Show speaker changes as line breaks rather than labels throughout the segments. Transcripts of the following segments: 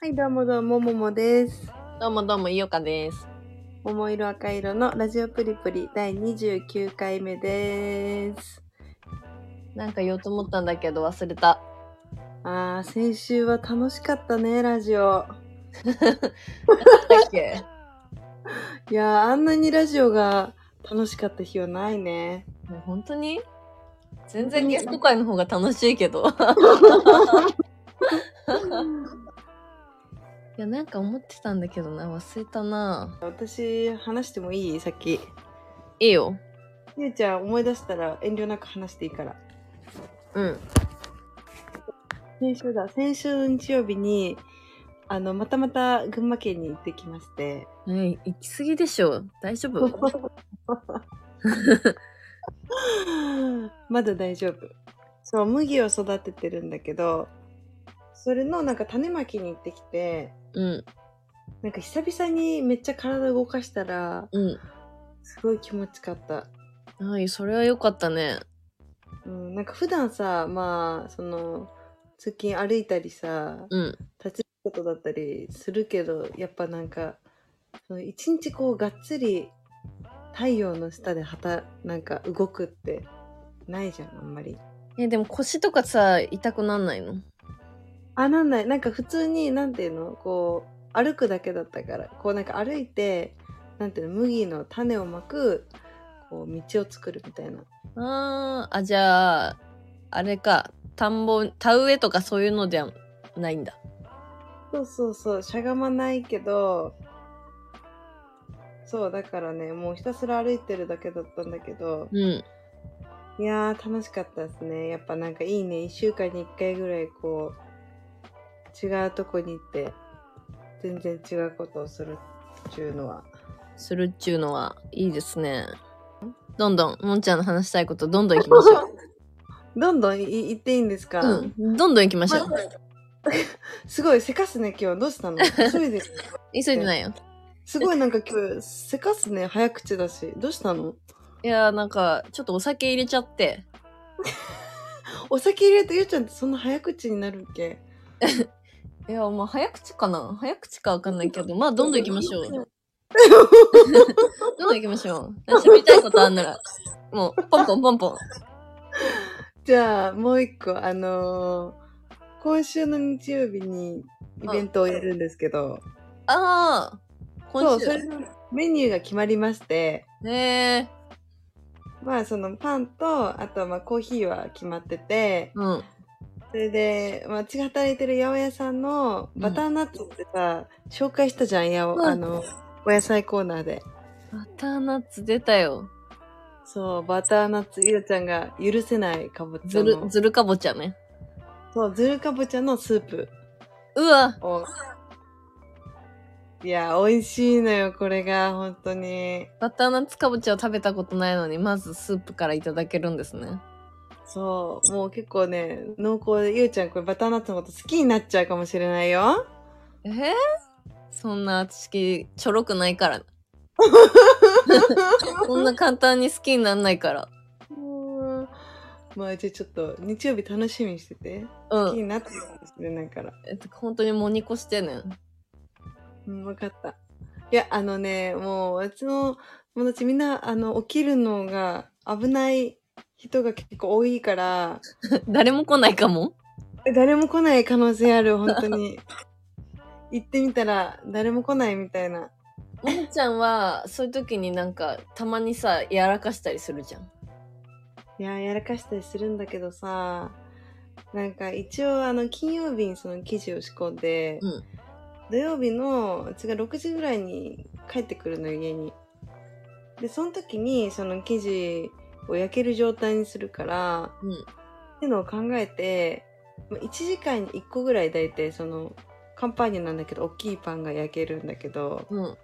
はい、どうもどうも、ももです。
どうもどうも、いよかです。
桃色赤色のラジオプリプリ第29回目です。
なんか言おうと思ったんだけど忘れた。
あー、先週は楽しかったね、ラジオ。
だっけ
いやー、あんなにラジオが楽しかった日はないね。
もう本当に全然ゲスト会の方が楽しいけど。いや、なんか思ってたんだけどな、忘れたな。
私、話してもいいさっき。
いいよ。
ゆうちゃん、思い出したら遠慮なく話していいから。
うん。
先週だ、先週の日曜日に、あの、またまた群馬県に行ってきまして。
ねえ行き過ぎでしょ。大丈夫
まだ大丈夫。そう、麦を育ててるんだけど、それのなんか種まきに行ってきて、
うん。
なんか久々にめっちゃ体動かしたら、
う
すごい気持ちかった。
ん。はい、それは良かったね。
うん、なんか普段さ、まあ、その、通勤歩いたりさ、
うん。
立ちことだったりするけど、やっぱなんか、その一日こうがっつり太陽の下で働、なんか動くってないじゃん、あんまり。
え、でも腰とかさ、痛くなんないの
あ、なんない。なんか普通に、なんていうのこう、歩くだけだったから。こうなんか歩いて、なんていうの麦の種をまく、こう、道を作るみたいな。
あーあ、じゃあ、あれか。田んぼ、田植えとかそういうのじゃないんだ。
そうそうそう。しゃがまないけど、そう、だからね、もうひたすら歩いてるだけだったんだけど、
うん。
いやー、楽しかったですね。やっぱなんかいいね。一週間に一回ぐらい、こう、違うとこに行って、全然違うことをするっていうのは。
するっちゅうのはいいですね。どんどん、もんちゃんの話したいことどんどん行きましょ
どんどんい行っていいんですか、
う。うん。どんどん行きましょう。
すごい、せかすね、今日。どうしたの急いでる。
急いでないよ。
すごい、なんか今日、せかすね、早口だし。どうしたの
いやーなんか、ちょっとお酒入れちゃって。
お酒入れてゆうちゃんってそんな早口になるっけ
いや、まあ早口かな早口かわかんないけど、まあどんどん行きま しょう。どんどん行きましょう。喋りたいことあんなら、もう、ポンポンポンポン。
じゃあ、もう一個、あのー今週の日曜日にイベントをやるんですけど、
ああ
そ
今
う、
週
そ。れのメニューが決まりまして、
ねえ。
まあ、そのパンと、あとはまあコーヒーは決まってて、
うん。
それで、まあ、ちが働いてる八百屋さんのバターナッツってさ、紹介したじゃん、八
うん
百、あの、お野菜コーナーで。
バターナッツ出たよ。
そう、バターナッツ、ゆうちゃんが許せないかぼち
ず
ゃ
る、
の。
ずるかぼちゃね。
そう、ずるかぼちゃのスープ
うわ
を。いや、美味しいのよ、これが、本当に。
バターナッツかぼちゃを食べたことないのに、まずスープからいただけるんですね。
そう、もう結構ね、濃厚で、ゆうちゃん、これバターナッツのこと好きになっちゃうかもしれないよ。
えー、そんな私ちょろくない からそんな簡単に好きになんないから
うんまあ、じゃあちょっと、日曜日楽しみにしてて。
う
好き
ん
になってるかもしれないから。
えっと本当にモニコしてね
うん、わかった。いや、あのね、もう、私の友達みんな、あの、起きるのが危ない人が結構多いから、
誰も来ないかも
誰も来ない可能性ある、本当に。行ってみたら、誰も来ないみたいな。
ももちゃんはそういう時になんかたまにさやらかしたりするじゃん
いや、やらかしたりするんだけどさ、なんか一応、あの、金曜日にその記事を仕込んで、
うん
土曜日の、うちが6時ぐらいに帰ってくるの、家に。で、その時に、その記事を焼ける状態にするから、
うん
っていうのを考えて、まあ1時間に1個ぐらい大体、その、カンパーニュなんだけど、大きいパンが焼けるんだけど、
うん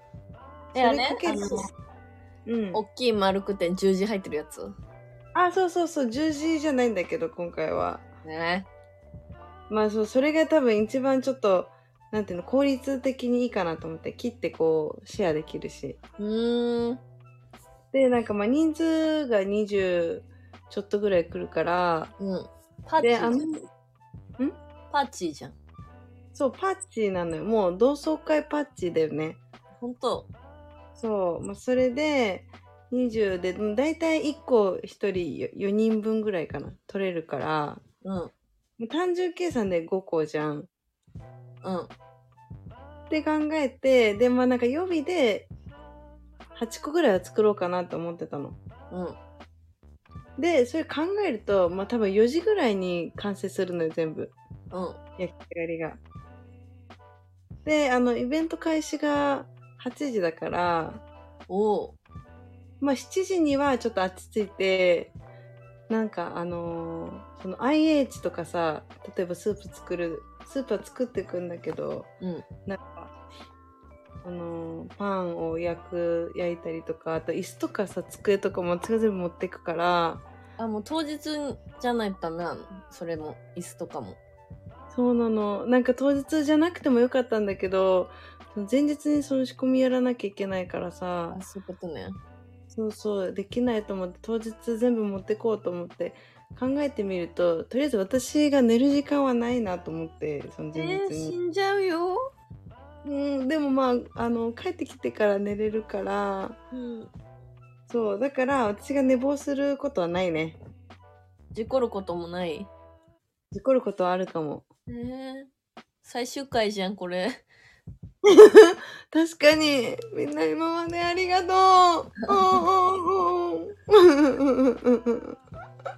そ
や
れ
ね
かける
あの
うん。
大きい丸くて十字入ってるやつ
あ、そうそうそう、10時じゃないんだけど、今回は。
ね
まあそう、それが多分一番ちょっと、なんていうの、効率的にいいかなと思って、切ってこう、シェアできるし。
うーん
で、なんかまあ人数が20ちょっとぐらい来るから、
うんパーチ
で、あの
ー、パーチーじゃん
そう、パッチなのよ。もう同窓会パッチだよね。
本当
そう、まあ、それで、20で、うんだいたい1個1人4人分ぐらいかな、取れるから、
うん。
もう単純計算で5個じゃん。
うん。
って考えて、で、まあなんか予備で8個ぐらいは作ろうかなと思ってたの。
うん。
で、それ考えると、まあ多分4時ぐらいに完成するのよ、全部。
うん。
焼き上がりが。で、あの、イベント開始が8時だから、
おう。
まあ7時にはちょっとあっちついて、なんかあのーその IH とかさ、例えばスープ作る、スープは作っていくんだけど、
うん。
なんか、あのーパンを焼く、焼いたりとか、あと椅子とかさ、机とかも全部持ってくから、
あ、もう当日じゃないとダメなのそれも、椅子とかも。
そうなの。なんか当日じゃなくてもよかったんだけど、その前日にその仕込みやらなきゃいけないからさ
あ、、そういうことね。
そうそう、できないと思って、当日全部持ってこうと思って、考えてみると、とりあえず私が寝る時間はないなと思って、その
え
前
ー、
日
死
に。
んじゃうよ。
うん、でもまあ、あの、帰ってきてから寝れるから、
うん。
そう、だから私が寝坊することはないね。
事故ることもない。
事故ることはあるかも。
えー、最終回じゃん、これ。
確かに、みんな今までありが とう。うんうんうんうんうん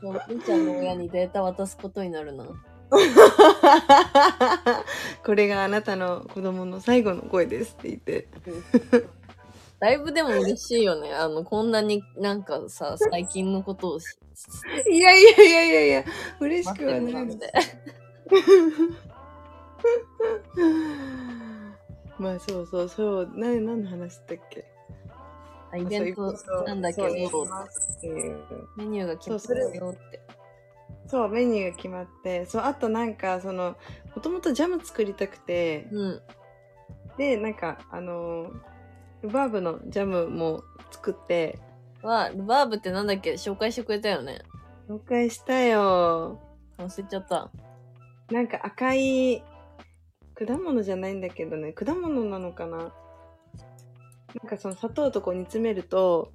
もう、みーちゃんの親にデータ渡すことになるな。
これがあなたの子供の最後の声ですって言って。
だいぶでも嬉しいよね。あの、こんなになんかさ、最近のことをし
いやいやいやいやいや、嬉し
待
く
って
は
る
な
ないんて。
まあそうそうそう、な何の話だっけ
イ ベントなんだけど、
そうそう
メニューが決まるよって。
そう、メニューが決まって、そう、あとなんか、その、もともとジャム作りたくて、
うん。
で、なんか、あのー、ルバーブのジャムも作って、
は、ルバーブってなんだっけ紹介してくれたよね。
紹介したよ。
忘れちゃった。
なんか赤い果物じゃないんだけどね果物なのかななんかその砂糖とこう煮詰めると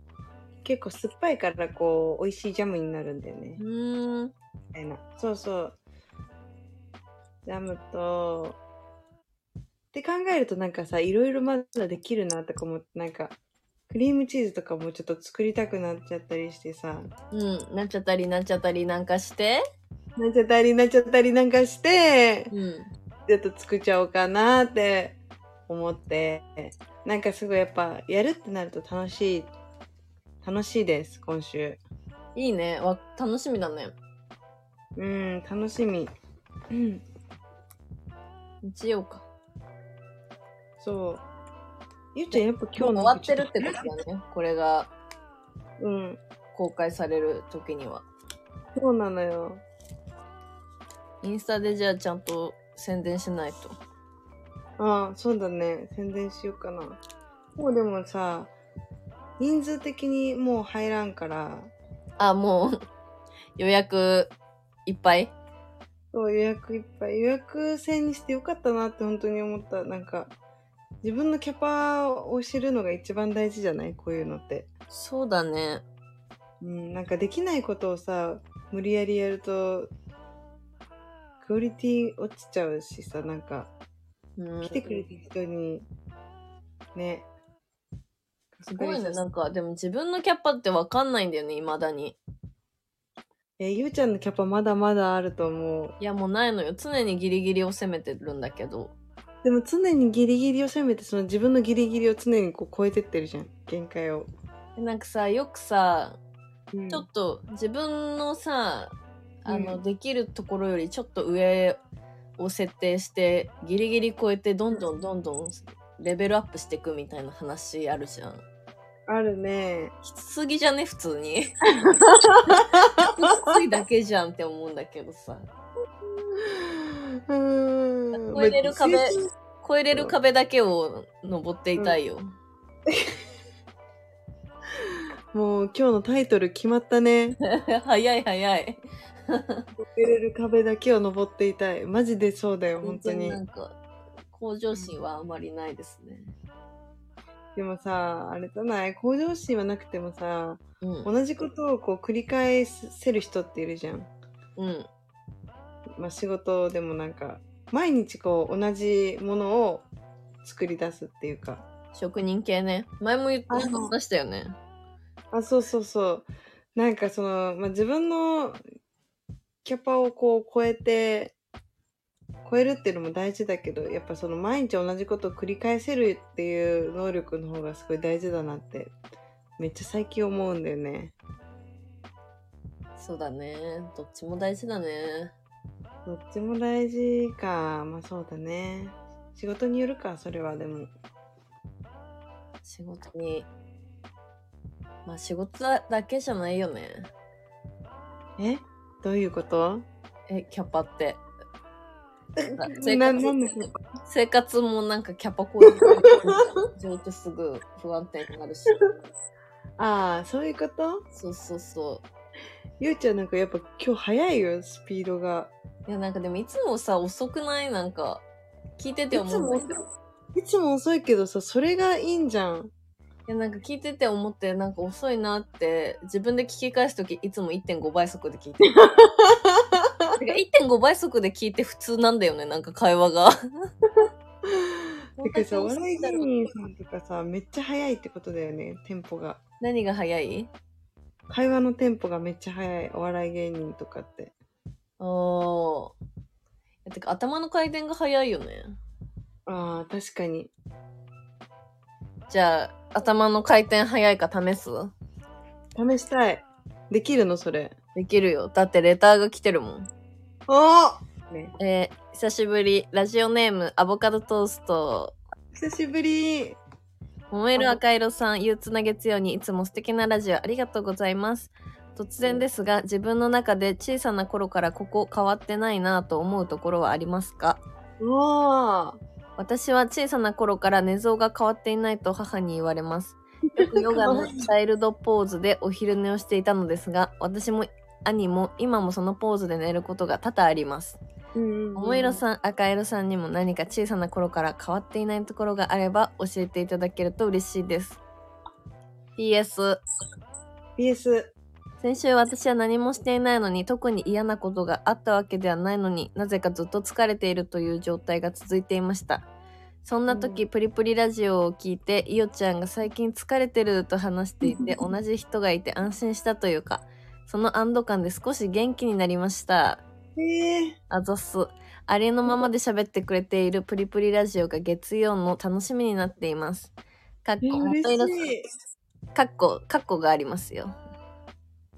結構酸っぱいからこう美味しいジャムになるんだよね
うーん。
みたいなそうそうジャムとって考えるとなんかさいろいろまだできるなとか思ってなんかクリームチーズとかもちょっと作りたくなっちゃったりしてさ
うん。なっちゃったりなっちゃったりなんかして。
なっちゃったりなっちゃったりなんかして
うん。
ちょっと作っちゃおうかなって思ってなんかすごいやっぱやるってなると楽しい楽しいです今週
いいね。わ、楽しみだね。
うん楽しみ うん
日曜か。
そうゆうちゃんやっぱ今日
今日終わってるってことだね。これが
うん
公開される時には。
そうなのよ
インスタでじゃあちゃんと宣伝しないと。
ああそうだね宣伝しようかなもうでもさ人数的にもう入らんから
あ、もう 予約いっぱい
そう予約いっぱい予約制にしてよかったなって本当に思ったなんか自分のキャパを知るのが一番大事じゃないこういうのって、
そうだね。
うん、なんかできないことをさ無理やりやるとクオリティ落ちちゃうしさなんか
うん
来てくれる人にね
すごいね。
な
なんんか、でも自分のキャパってわかんないんだよね、未だに。
えゆうちゃんのキャパまだまだあると思う
いや、もうないのよ。常にギリギリを攻めてるんだけど。
でも常にギリギリを攻めてその自分のギリギリを常にこう超えてってるじゃん限界を、
でなんかさ、よくさ、
うん
ちょっと自分のさ、あの、
うん
できるところよりちょっと上を設定して、ギリギリ超えて、どんどんどんどんレベルアップしていくみたいな話あるじゃん。
あるね
きつすぎじゃね普通に。きつすぎだけじゃんって思うんだけどさ。
うーん
超えれる壁
まあ成
超えれる壁だけを登っていたいよ。
長もう今日のタイトル決まったね。超
早い早い。
えれる壁だけを登っていたい。マジでそうだよ、本当に
な。んか、向上心はあんまりないですね。
でもさ、あれじゃない向上心はなくてもさ、
うん。
同じことをこう繰り返せる人っているじゃん。
うん。
まあ、仕事でもなんか、毎日こう同じものを作り出すっていうか。
職人系ね。前も言っ
あ
て
の
ましたよね。
あ、そうそうそう。なんかその、まあ、自分のキャパをこう超えて、超えるっていうのも大事だけど、やっぱその毎日同じことを繰り返せるっていう能力の方がすごい大事だなって、めっちゃ最近思うんだよね。
そうだね。どっちも大事だね。
どっちも大事か。まあそうだね。仕事によるか、それはでも。
仕事に。まあ仕事だけじゃないよね。
えどういうこと
え、キャパ って。な
ななんの
生活もなんかキャパ超えてるから上手すぐ不安定になるし。
ああ、そういうこと
そうそうそ
ゆうちゃんなんかやっぱ今日早いよ、スピードが。
う。いやなんかでもいつもさ、遅くないなんか、聞いてて思うんだけど。
いつも遅いけどさ、それがいいんじ ゃん。
いやなんか聞いてて思ってなんか遅いなって自分で聞き返す時いつも1.5倍速で聞いてるなんか1.5倍速で聞いて普通なんだよねなんか会話が
てかさ、お笑い芸人さんとかさ、めっちゃ早いってことだよね、テンポが。
何が早い
会話のテンポがめっちゃ早い、お笑い芸人とかって。
おーいやてか頭の回転が早いよね
ああ、確かに。
じゃあ頭の回転早いか試す
試したい。できるの、それ。
できるよだってレターが来てるもん
おお、ね、
えー、久しぶりラジオネームアボカドトースト
久しぶり。
燃える赤色さん、憂鬱な月曜にいつも素敵なラジオありがとうございます。突然ですが、自分の中で小さな頃からここ変わってないなぁと思うところはありますか
おお。
私は小さな頃から寝相が変わっていないと母に言われます。よくヨガのチャイルドポーズでお昼寝をしていたのですが、私も兄も今もそのポーズで寝ることが多々あります。桃色
ん。
さん、赤色さんにも何か小さな頃から変わっていないところがあれば教えていただけると嬉しいです。PS、
BS。
先週私は何もしていないのに特に嫌なことがあったわけではないのになぜかずっと疲れているという状態が続いていました。そんな時、
う
プリプリラジオを聞いていおちゃんが最近疲れてると話して いて同じ人がいて安心したというかその安堵感で少し元気になりました。
ええ
あざっす。ありのままで喋ってくれているプリプリラジオが月曜の楽しみになっています。かっこ、
嬉
桃色さん
しい。
かっこ、かっこがありますよ。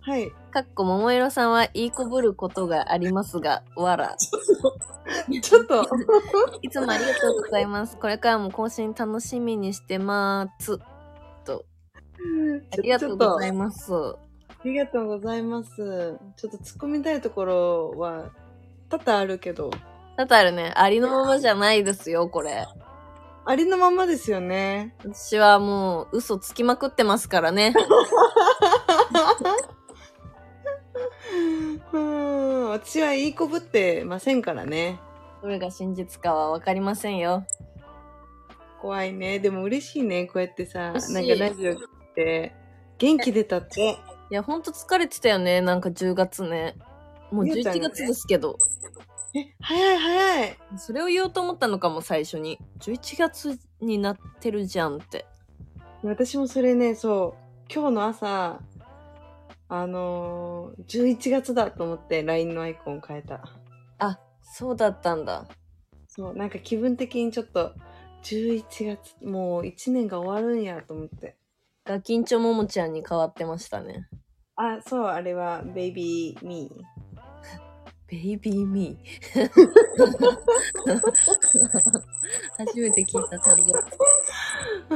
はい。
かっこ、桃色さんはいいこぶることがありますが、わら。
ち ょっと。
いつもありがとうございます。これからも更新楽しみにしてます。ありがとうございます。
ありがとうございます。ちょっと突っ込みたいところは多々あるけど、
だってあるね、ありのままじゃないですよ、これ。
ありのままですよね。
私はもう嘘つきまくってますからね。
うん、私はいいこぶってませんからね。
どれが真実かはわかりませんよ。
怖いね。でも嬉しいね。こうやってさ、なん
嬉し
か
い
ラジオ聞いて、元気出たって。
いや、ほんと疲れてたよね、なんか10月ね。もう
ゆうちゃん
11
がね
月ですけど。
え、早い早い。
それを言おうと思ったのかも、最初に。11月になってるじゃんって。
私もそれね、そう、今日の朝、あのー、11月だと思って LINE のアイコン変えた。
あ、そうだったんだ。
そう、なんか気分的にちょっと、11月、もう1年が終わるんやと思って。
ガキンチョももちゃんに変わってましたね。
あ、そう、あれは、ベイビーミー。
ベイビーミー。 初めて聞いた単
う
語。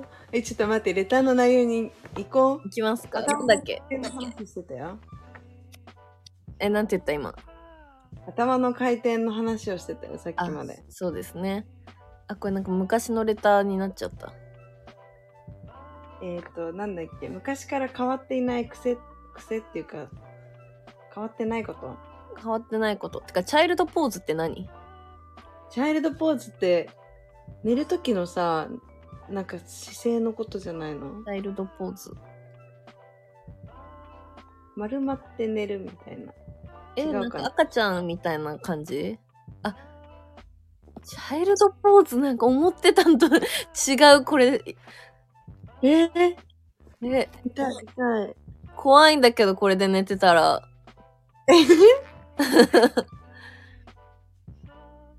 ん。え、ちょっと待って、レターの内容に行こう
い。きますか。
わか
なんん
な
だ
い
っけ
変な話してたよ。
え、なんて言った今。
頭の回転の話をしてたよ、さっきまで。
そうですね。あ、これなんか昔のレターになっちゃった。
えっ、と、なんだっけ、昔から変わっていない癖、癖っていうか、変わってないこと。
変わってないこと。てか、チャイルドポーズって何
チャイルドポーズって、寝る時のさなんか姿勢のことじゃないの
チャイルドポーズ。
丸まって寝るみたいな
え、
違うかな
なんか赤ちゃんみたいな感じあ、チャイルドポーズなんか思ってたんと 違う、これ。
えー、
ね、
痛い痛い
怖いんだけどこれで寝てた ら。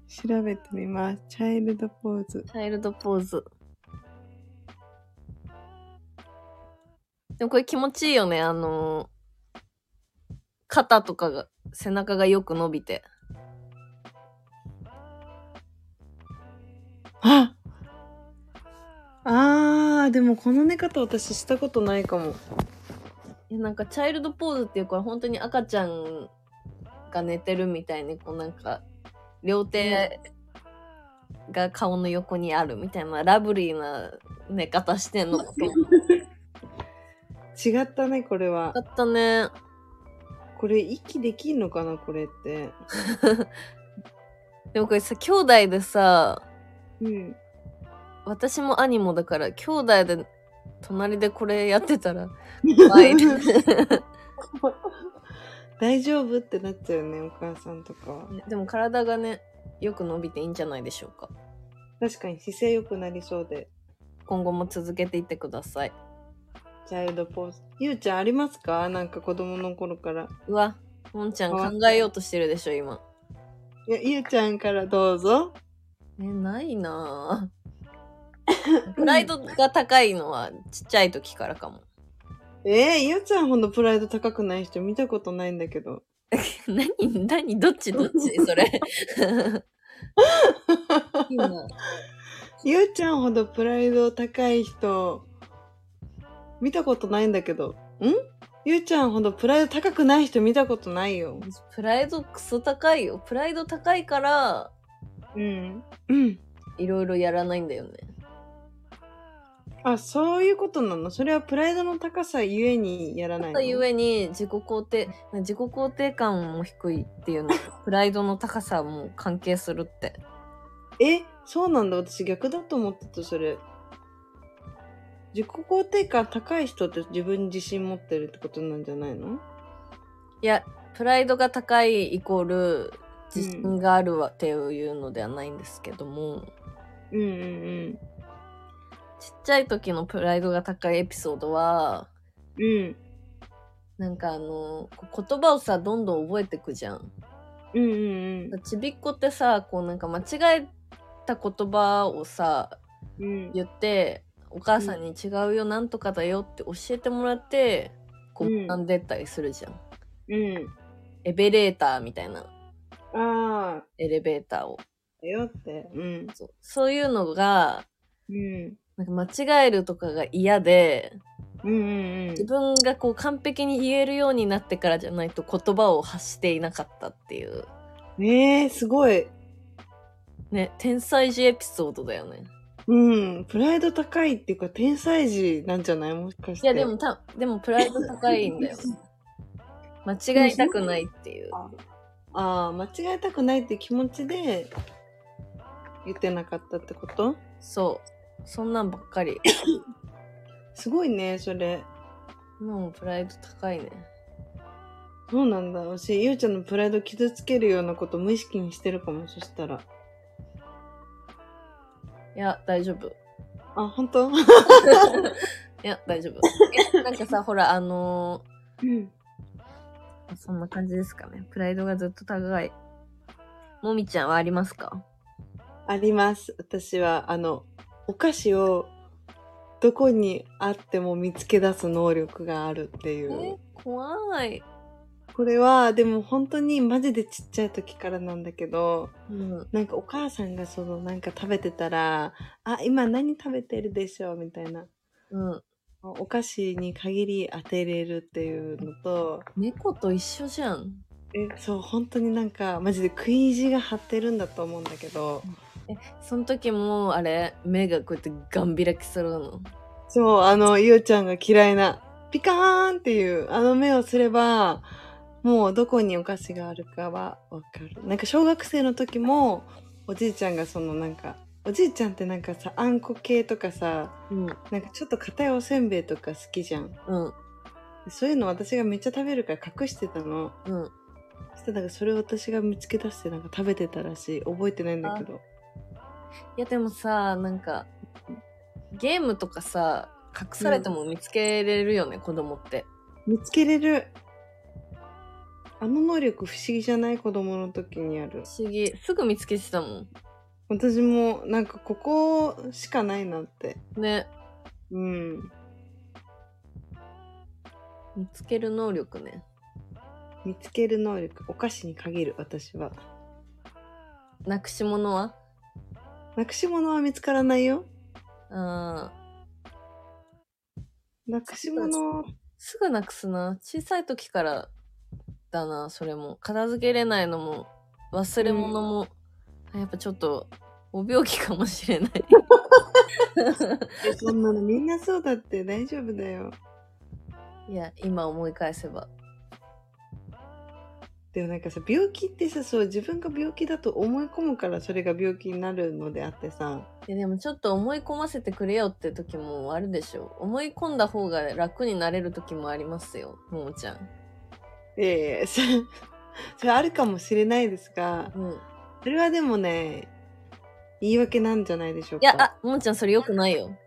調べてみますチャイルドポーズ
チャイルドポーズ。でもこれ気持ちいいよね、あのー肩とかが、背中がよく伸びて。
ああーでもこの寝方私したことないかも
えなんかチャイルドポーズっていうか本当に赤ちゃんが寝てるみたいにこうなんか両手が顔の横にあるみたいなラブリーな寝方してんのかと思
違ったねこれは
ったね
これ息できんのかなこれって
でもこれさ兄弟でさ
うん
私も兄もだから兄弟で隣でこれやってたら怖い
大丈夫ってなっちゃうねお母さんとかは
でも体がねよく伸びていいんじゃないでしょうか
確かに姿勢良くなりそうで
今後も続けていってください
チャイルドポーズゆうちゃんありますかなんか子供の頃から
うわもんちゃん考えようとしてるでしょ今
いやゆうちゃんからどうぞ
え、ないな ぁ。プライドが高いのはちっちゃい時からかも。
えー、ゆうちゃんほどプライド高くない人見たことないんだけど
何何どっちどっ ちそれ。今
ゆうちゃんほどプライド高い人見たことないんだけどんゆうちゃんほどプライド高くない人見たことないよ
プライドクソ高いよ。プライド高いから、
うんうん
いろいろやらないんだよね。
あそういうことなのそれはプライドの高さゆえにやらないの
ただゆえに自己肯定、自己肯定感も低いっていうの、 プライドの高さも関係するって。
えそうなんだ私逆だと思ってたそれ自己肯定感高い人って自分に自信持ってるってことなんじゃないの
いや、プライドが高いイコール自信があるわっていうのではないんですけども。
うんうんうん
ちっちゃい時のプライドが高いエピソードは、
うん
なんかあの、こう言葉をさ、どんどん覚えてくじゃん。
うんうん
ちびっこってさ、こうなんか間違えた言葉をさ、
うんうん
言って、お母さんに違うよ、なんとかだよって教えてもらって、こ
うん
う学んでったりするじゃん。
うん
エベレーターみたいな、
ああ
エレベーターを。
だよってうん
そうそういうのが、
うん
なんか間違えるとかが嫌で、
うんうんうん
自分がこう完璧に言えるようになってからじゃないと言葉を発していなかったっていう。
ねえすごい
ね、天才児エピソードだよね。
うんプライド高いっていうか天才児なんじゃないもしかし
い
てい
や、でもた、でもプライド高いんだ よ。間違えたくないっていう。
ああ間違えたくないって気持ちで言ってなかったってこと
そう。そんなんばっかり。
すごいねそれ
もうプライド高いね。
そうなんだ。私、ゆうちゃんのプライド傷つけるようなこと無意識にしてるかも、そしたら。
いや、大丈 夫。
あ、本 当
いや、大丈夫。えなんかさ、ほら、あの
うん。
ーそんな感じですかね。プライドがずっと高い。もみちゃんはありますか
あります。私は、あの、お菓子をどこにあっても見つけ出す能力があるってい
え
う。
怖い。
これは、でも本当にマジでちっちゃい時からなんだけど、
うん。
なんかお母さんがその、なんか食べてたら、あ、今何食べてるでしょうみたいな。
うん。
お菓子に限り当てれるっていうのと、
猫と一緒じゃん。
えそう本当になんかマジで食い意地が張ってるんだと思うんだけど
その時も、あれ、目がこうやってガン開きするの。
そうあのゆうちゃんが嫌いなピカーンっていうあの目をすればもうどこにお菓子があるかはわかるなんか小学生の時もおじいちゃんがそのなんかおじいちゃんってなんかさあんこ系とかさ
うん。
なんかちょっと硬いおせんべいとか好きじゃん
うん。
そういうの私がめっちゃ食べるから隠してたの
うん。
そしたらなんかそれを私が見つけ出してなんか食べてたらしい覚えてないんだけど
いやでもさ、なんか、ゲームとかさ、隠されても見つけれるよね、子供って。
見つけれるあの能力不思議じゃない子供の時にある
不思議。すぐ見つけてたも
私もなんかここしかないなって
ん。ね。
うん
見つける能力ね。
見つける能力お菓子に限る私は
なくし物は
なくし物は見つからないよ
あー
なくし物
すぐなくすな。小さい時からだな、それも。片付けれないのも、忘れ物も、あやっぱちょっと、お病気かもしれない。
えそんなのみんなそうだって大丈夫だよ
いや、今思い返せば。
でもなんかさ病気ってさそう自分が病気だと思い込むからそれが病気になるのであってさ
いやでもちょっと思い込ませてくれよって時もあるでしょ思い込んだ方が楽になれる時もありますよももちゃん
ええそれそれあるかもしれないですが
うんい
それはでもね言い訳なんじゃないでしょうか
やあももちゃんそれよくないよ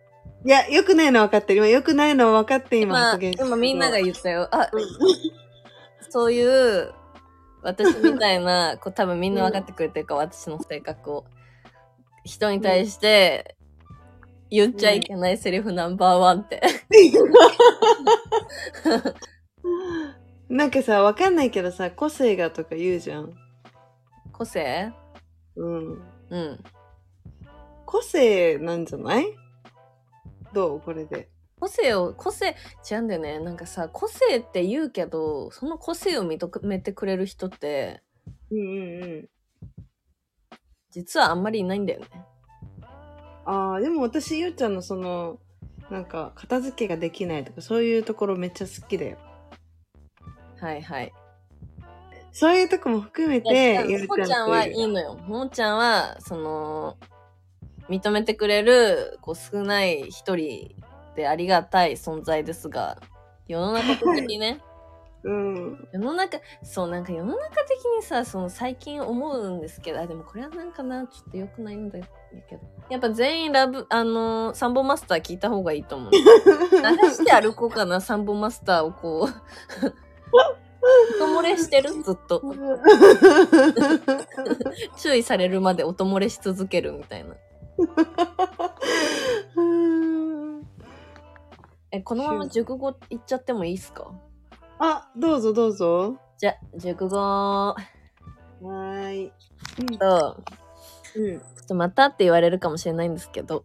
いや良くないのは分かってる今良くないのは分かって今
今
発言したけど
今みんなが言ったよあそういう私みたいなこう多分みんな分かってくれてるから、私の性格を人に対して言っちゃいけないセリフナンバーワンって
なんかさ分かんないけどさ個性がとか言うじゃん
個性
うん
うん
個性なんじゃないどうこれで
個性を個性違うんだよねなんかさ個性って言うけどその個性を認めてくれる人って
うんうんうん
実はあんまりいないんだよね
ああ、でも私、ゆうちゃんのその、なんか、片付けができないとか、そういうところめっちゃ好きだよ。
はいはい
そういうとこも含めて、ゆう
ももち
ち
ゃ
ゃ
ん
んっ
は
て
い
いう。
いのよももちゃんはその認めてくれるこう少ない一人でありがたい存在ですが世の中的にね
うん。
世の中そうなんか世の中的にさその最近思うんですけどあでもこれはなんかなちょっと良くないんだけどやっぱ全員ラブあのーサンボマスター聞いた方がいいと思う流して歩こうかなサンボマスターをこう音漏れしてるずっと注意されるまで音漏れし続けるみたいなえこのまま熟語いっちゃってもいいっすか
あ、どうぞどうぞ。
じゃ熟語
はーい。
と
うん。
ちょっとまたって言われるかもしれないんですけど、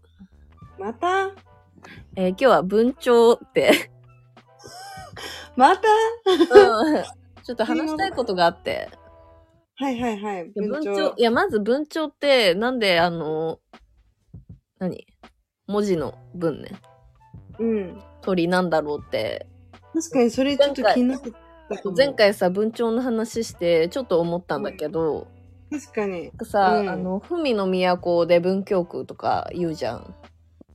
また
えー今日は文鳥って
また
うんちょっと話したいことがあって。
はいはいはい。
いや文
文
鳥
鳥
い。や、まず文鳥って、なんで、あの、何文字の文ね。
うん。
鳥なんだろうって。
確かにそれちょっと気になってたかも。
前。回さ、文鳥の話して、ちょっと思ったんだけど、
確かに。
さ、
うん
あの、文の都で文京区とか言うじゃん。だか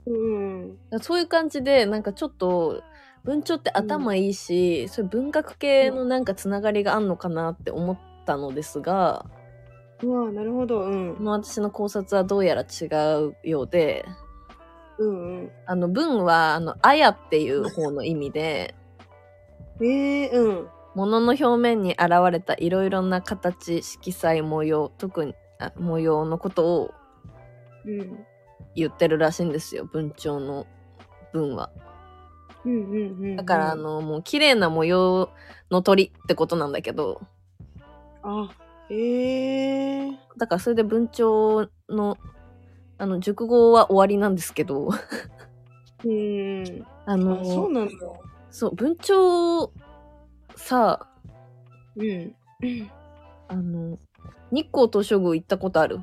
うん。
らそういう感じで、なんかちょっと、文鳥って頭いいし、そういう文学系のなんかつながりがあんのかなって思ったのですが、
うわなるほど。うん。
この私の考察はどうやら違うようで、
うんうん。
あの、文は、あの、あやっていう方の意味で、
ええうん。
物の表面に現れたいろいろな形、色彩、模様、特に、あ模様のことを
うん。
言ってるらしいんですよ、文鳥の文は。
うんうんうん。
だから、あ、の、もう綺麗な模様の鳥ってことなんだけど、
あ、ええ
だからそれで文鳥の、あの、熟語は終わりなんですけど、
うん。
あ
あ、そうな
の、
んだ。
そう、文鳥、さ、
うん。
あの、日光東照宮行ったことある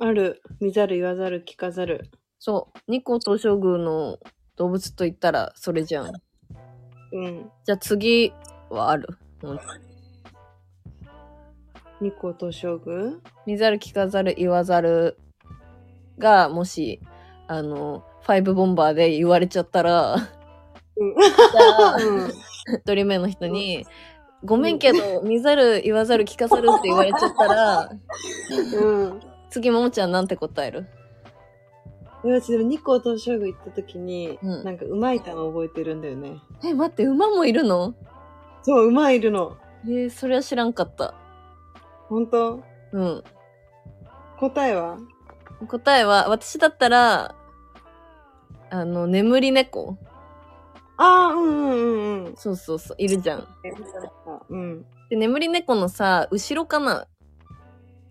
ある。見ざる言わざる聞かざる。
そう。日光東照宮の動物と言ったらそれじゃん。
うん。
じゃあ次はある。
日光東照宮
見ざる聞かざる言わざるがもしあのファイブボンバーで言われちゃったら、
うん
じゃあ
うん。
一人目の人に「ごめんけど見ざる言わざる聞かざる」って言われちゃったら
うん。
次ももちゃんなんて答える
で私でも日光東照宮行った時に、
うん
なんか馬いたの覚えてるんだよね。
え待って馬もいるの
そう、馬いるの。
えー、それは知らんかった
本当
うん
答えは
答えは私だったらあの眠り猫
ああ、うんうんうんうん。
そうそうそういるじゃん
うん。
で眠り猫のさ後ろかな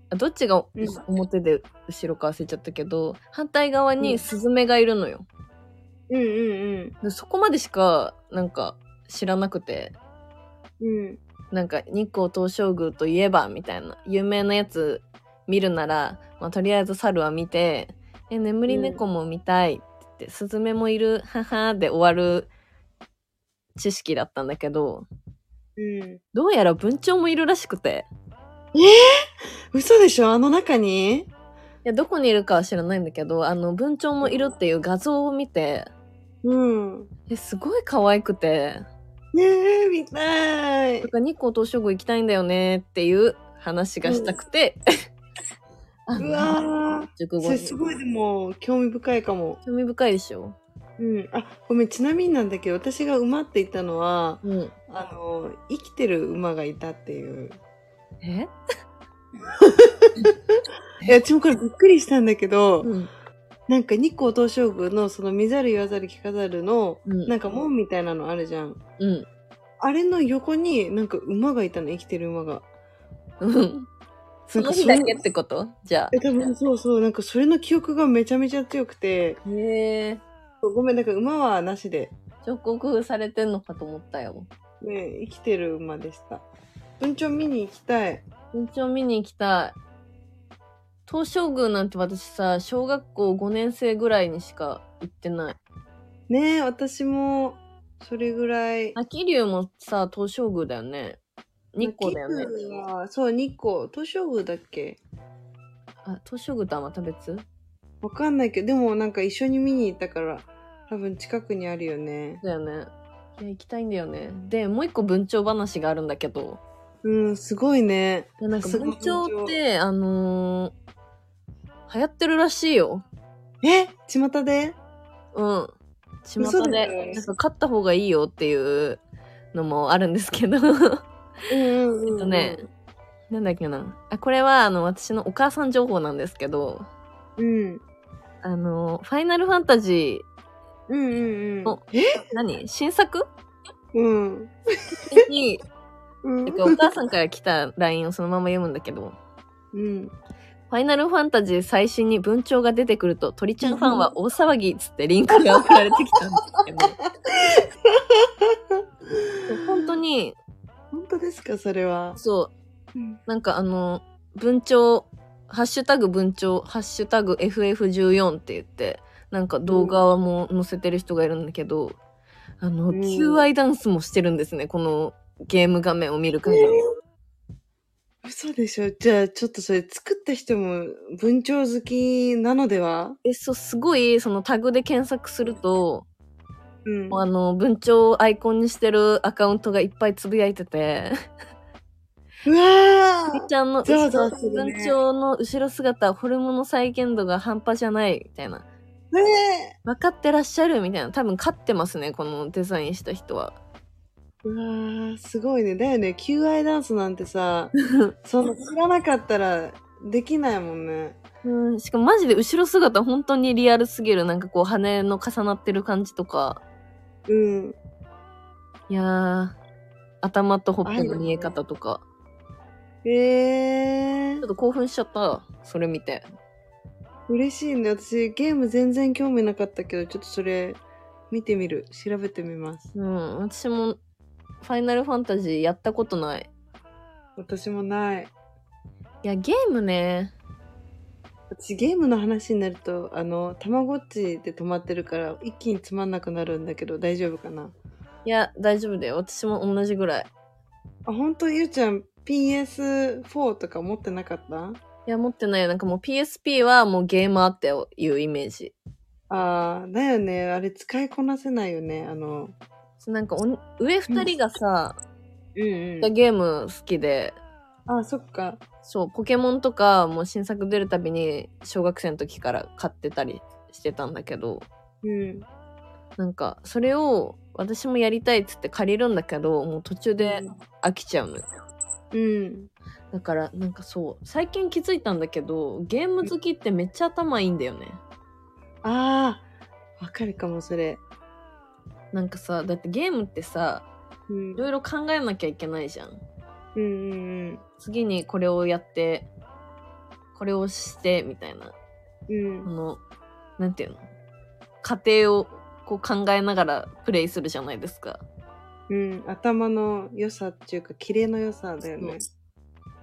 あどっちが
うん
表で後ろか忘れちゃったけど反対側にスズメがいるのよ、
うんうん
でそこまでしかなんか知らなくて
うん。うん。
なんか日光東照宮といえばみたいな有名なやつ見るなら、まあ、とりあえず猿は見て「え眠り猫も見たい」って言って「スズメもいるはは」で終わる知識だったんだけど
うん。
どうやら文鳥もいるらしくて
嘘でしょあの中に
いやどこにいるかは知らないんだけどあの文鳥もいるっていう画像を見て
うん。
えすごい可愛くて
ねえ、見たい
だ。から日光東照宮行きたいんだよねっていう話がしたくて、 あ
うわ
熟
ーそ
語
れ
に
すごいでも、興味深いかも。
興味深いでしょ
うん。あ、ごめん、ちなみになんだけど、私が馬って言ったのは、
うん
あの、生きてる馬がいたっていう。
え
いや、私もこれびっくりしたんだけど、
うん
なんか日光東照宮のその見ざる言わざる聞かざるの、
うん
なんか門みたいなのあるじゃん。
うん
あれの横になんか馬がいたの、生きてる馬が。
うんその日だけってことじゃ
え、多分そうそう、なんかそれの記憶がめちゃめちゃ強くて、
あへえ
ごめん、なんか馬はなしで、
彫刻されてんのかと思ったよ
ね、生きてる馬でした。文鳥見に行きたい。
文鳥見に行きたい東照宮なんて私さ小学校5年生ぐらいにしか行ってない
ねえ、私も、それぐらい。
秋龍もさ東照宮だよね日光だよね
日光はそう、日光。東照宮だっけ
あ東照宮とはまた別
わかんないけど、でもなんか一緒に見に行ったから、多分近くにあるよね。
だよねいや行きたいんだよねでもう一個文鳥話があるんだけど
うん、すごいね。
いやなんか
すごい
文鳥ってあのー流行ってるらしいよ
え巷で
うん
嘘
巷
だよ
でなんか飼った方がいいよっていうのもあるんですけど
う んうんうん、
えっとねなんだっけなあこれはあの私のお母さん情報なんですけど
うん。
あのーファイナルファンタジ
うんうんうん
お。ー何新作
うん。
に
うん
なんかお母さんから来た LINE をそのまま読むんだけど
うん。
ファイナルファンタジー最新に文鳥が出てくると、鳥ちゃんファンは大騒ぎっつってリンクが送られてきたんですけ ど、本当に、
本当ですか、それは。、
そううんなんかあの、文鳥、ハッシュタグ文鳥、ハッシュタグ FF14 って言って、なんか動画も載せてる人がいるんだけど、あの、
うん
求愛ダンスもしてるんですね、このゲーム画面を見る限り。
嘘でしょ。じゃあ、ちょっとそれ作った人も文鳥好きなのでは
え、そう、すごい、そのタグで検索すると、
うん
もうあの文鳥をアイコンにしてるアカウントがいっぱいつぶやいて て
うわ
鳥ちゃんの後
ざ
ろ
わざわする
文
ね
鳥の後ろ姿フォルムの再現度が半端じゃないみたいな
ーね
分かってらっしゃるみたいな多分勝ってますねこのデザインした人は
うわーすごいね。だよね。求愛ダンスなんて さ、その知らなかったらできないもんね。
うんしかもマジで後ろ姿本当にリアルすぎるなんかこう羽の重なってる感じとか
うん。
いやー頭とほっぺの見え方とか、
え
ちょっ
ー、
と興奮しちゃったそれ見て
嬉しいね。私、ゲーム全然興味なかったけど、ちょっとそれ、見てみる。調べてみます。
うん私もファイナルファンタジーやったことない
私もない。
いや、ゲームね。
私ゲームの話になるとあのたまごっちで止まってるから一気につまんなくなるんだけど大丈夫かない
や、大丈夫だよ。私も同じぐらい。
あ本当ゆうちゃん PS4 とか持ってなかった
いや、持ってないよ。なんかもう PSP はもうゲーマーっていうイメージ。
ああ、だよね。あれ使いこなせないよね。あの、
そうなんかおに上二人がさ、
うん
ゲーム好きで、
あ、そっか。
そう、ポケモンとかもう新作出るたびに小学生の時から買ってたりしてたんだけど、
うん。
なんかそれを私もやりたいっつって借りるんだけど、もう途中で飽きちゃうのよ。
うん。
だからなんかそう、最近気づいたんだけど、ゲーム好きってめっちゃ頭いいんだよね。
ああ、わかるかも、それ。
なんかさ、だってゲームってさ、
うん
いろいろ考えなきゃいけないじゃん。
うんうん
次にこれをやってこれをしてみたいな
うん。うん
こ。のなんていうの過程をこう考えながらプレイするじゃないですか
うん、頭の良さっていうかキレの良さだよね。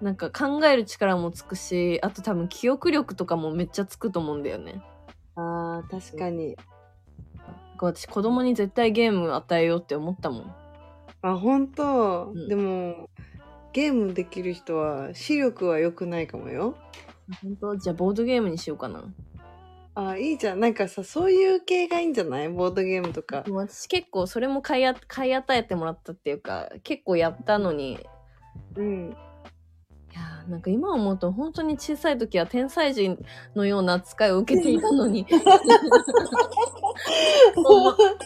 なんか考える力もつくしあと多分記憶力とかもめっちゃつくと思うんだよね
ああ確かに。
なんか私子供に絶対ゲーム与えようって思ったもん
あ本当、
うん
でもゲームできる人は視力は良くないかもよ。
本当じゃあボードゲームにしようかな
あーいいじゃんなんかさそういう系がいいんじゃないボードゲームとか
で。も私結構それも買いあ買い与えてもらったっていうか結構やったのに
うん。
いやーなんか今思うと本当に小さい時は天才人のような扱いを受けていた のに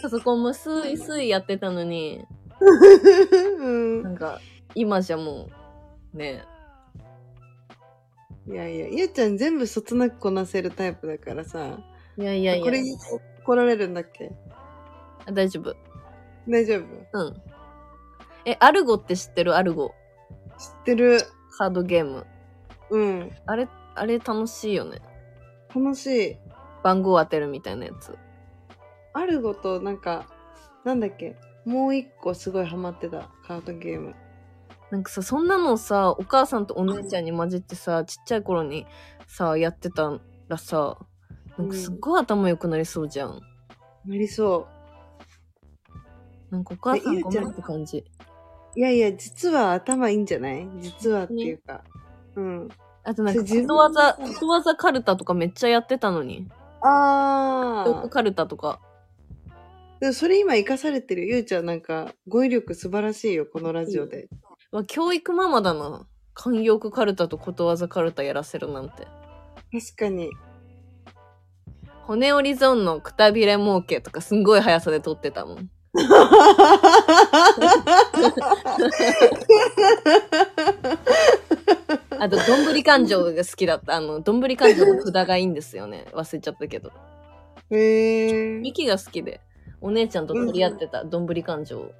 パソコンもスイスイやってたのに
うん
なんか今じゃもうね
いやいやゆうちゃん全部そつなくこなせるタイプだからさ。
いやいやい
これ
や
言うと怒られるんだっけ
あ大丈夫
大丈夫
うんえアルゴって知ってるアルゴ
知ってる。
カードゲーム
うん。
あれあれ楽しいよね
楽しい。
番号当てるみたいなやつ
アルゴとなんかなんだっけもう一個すごいハマってたカードゲーム
なんかさそんなのをさお母さんとお姉ちゃんに混じってさちっちゃい頃にさやってたらさなんかすっごい頭良くなりそうじゃん。
なりそ
なんかお母さ
えゆ
ん
う
ご
ち
め
ゃん
んって感じ。
ういやいや実は頭いいんじゃない実はっていうか、うん
あとなんか
それ
ことわざ、ことわざカルタとかめっちゃやってたのに。
あ
トークカルタとか。
でもそれ今生かされてるゆうちゃんなんか語彙力素晴らしいよこのラジオで、
わ、教育ママだな。慣用句カルタとことわざカルタやらせるなんて。
確かに
骨折り損のくたびれ儲けとかすんごい速さで撮ってた もん。あと、どんぶり勘定が好きだった。あの、どんぶり勘定の札がいいんですよね。忘れちゃったけど。
へえ
ミキが好きで、お姉ちゃんと取り合ってた、どんぶり勘定 を。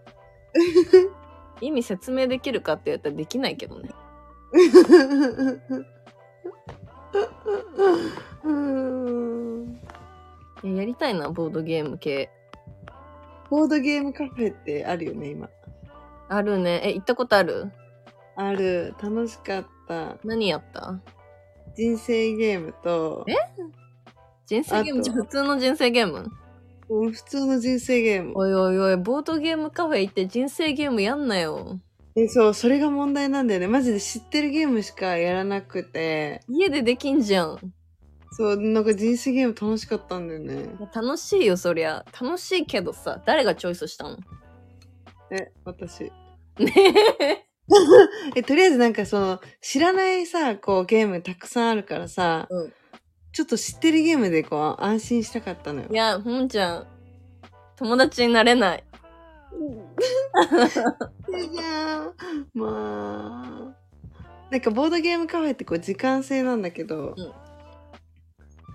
意味説明できるかって言ったらできないけどね。
うん
いややりたいな、ボードゲーム系。
ボードゲームカフェってあるよね今
あるね。え、行ったことある
ある楽しかった
何やった
人生ゲームと
え人生ゲームじゃ
あと
普通の人生ゲーム
うん普通の人生ゲーム
おいおいおい、ボードゲームカフェ行って人生ゲームやんなよ。
えそうそれが問題なんだよねマジで知ってるゲームしかやらなくて
家でできんじゃん。
そうなんか人生ゲーム楽しかったんだよね
いや楽しいよ、そりゃ。楽しいけどさ、誰がチョイスしたの
え私
ねえ。
えとりあえずなんかその知らないさこうゲームたくさんあるからさ、
うん
ちょっと知ってるゲームでこう安心したかったのよ
いや、ほんちゃん、友達になれない。
じゃんまあなんかボードゲームカフェってこう時間制なんだけど、
うん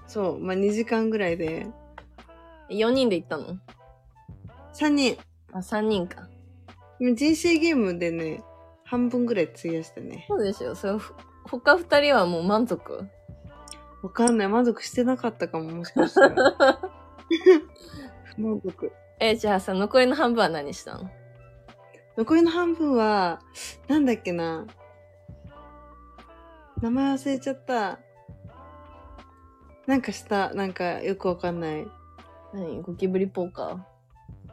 そうまあ2時間ぐらいで
4人で行ったの
3人
あ、3人か。
でも人生ゲームでね半分ぐらい費やしたね
そうですよ。それはふ他2人はもう満足。
わかんない満足してなかったかももしかしたら 満足
え、じゃあさ、残りの半分は何したの
残りの半分はなんだっけな名前忘れちゃったなんかしたなんかよくわかんない
何ゴキブリポーカ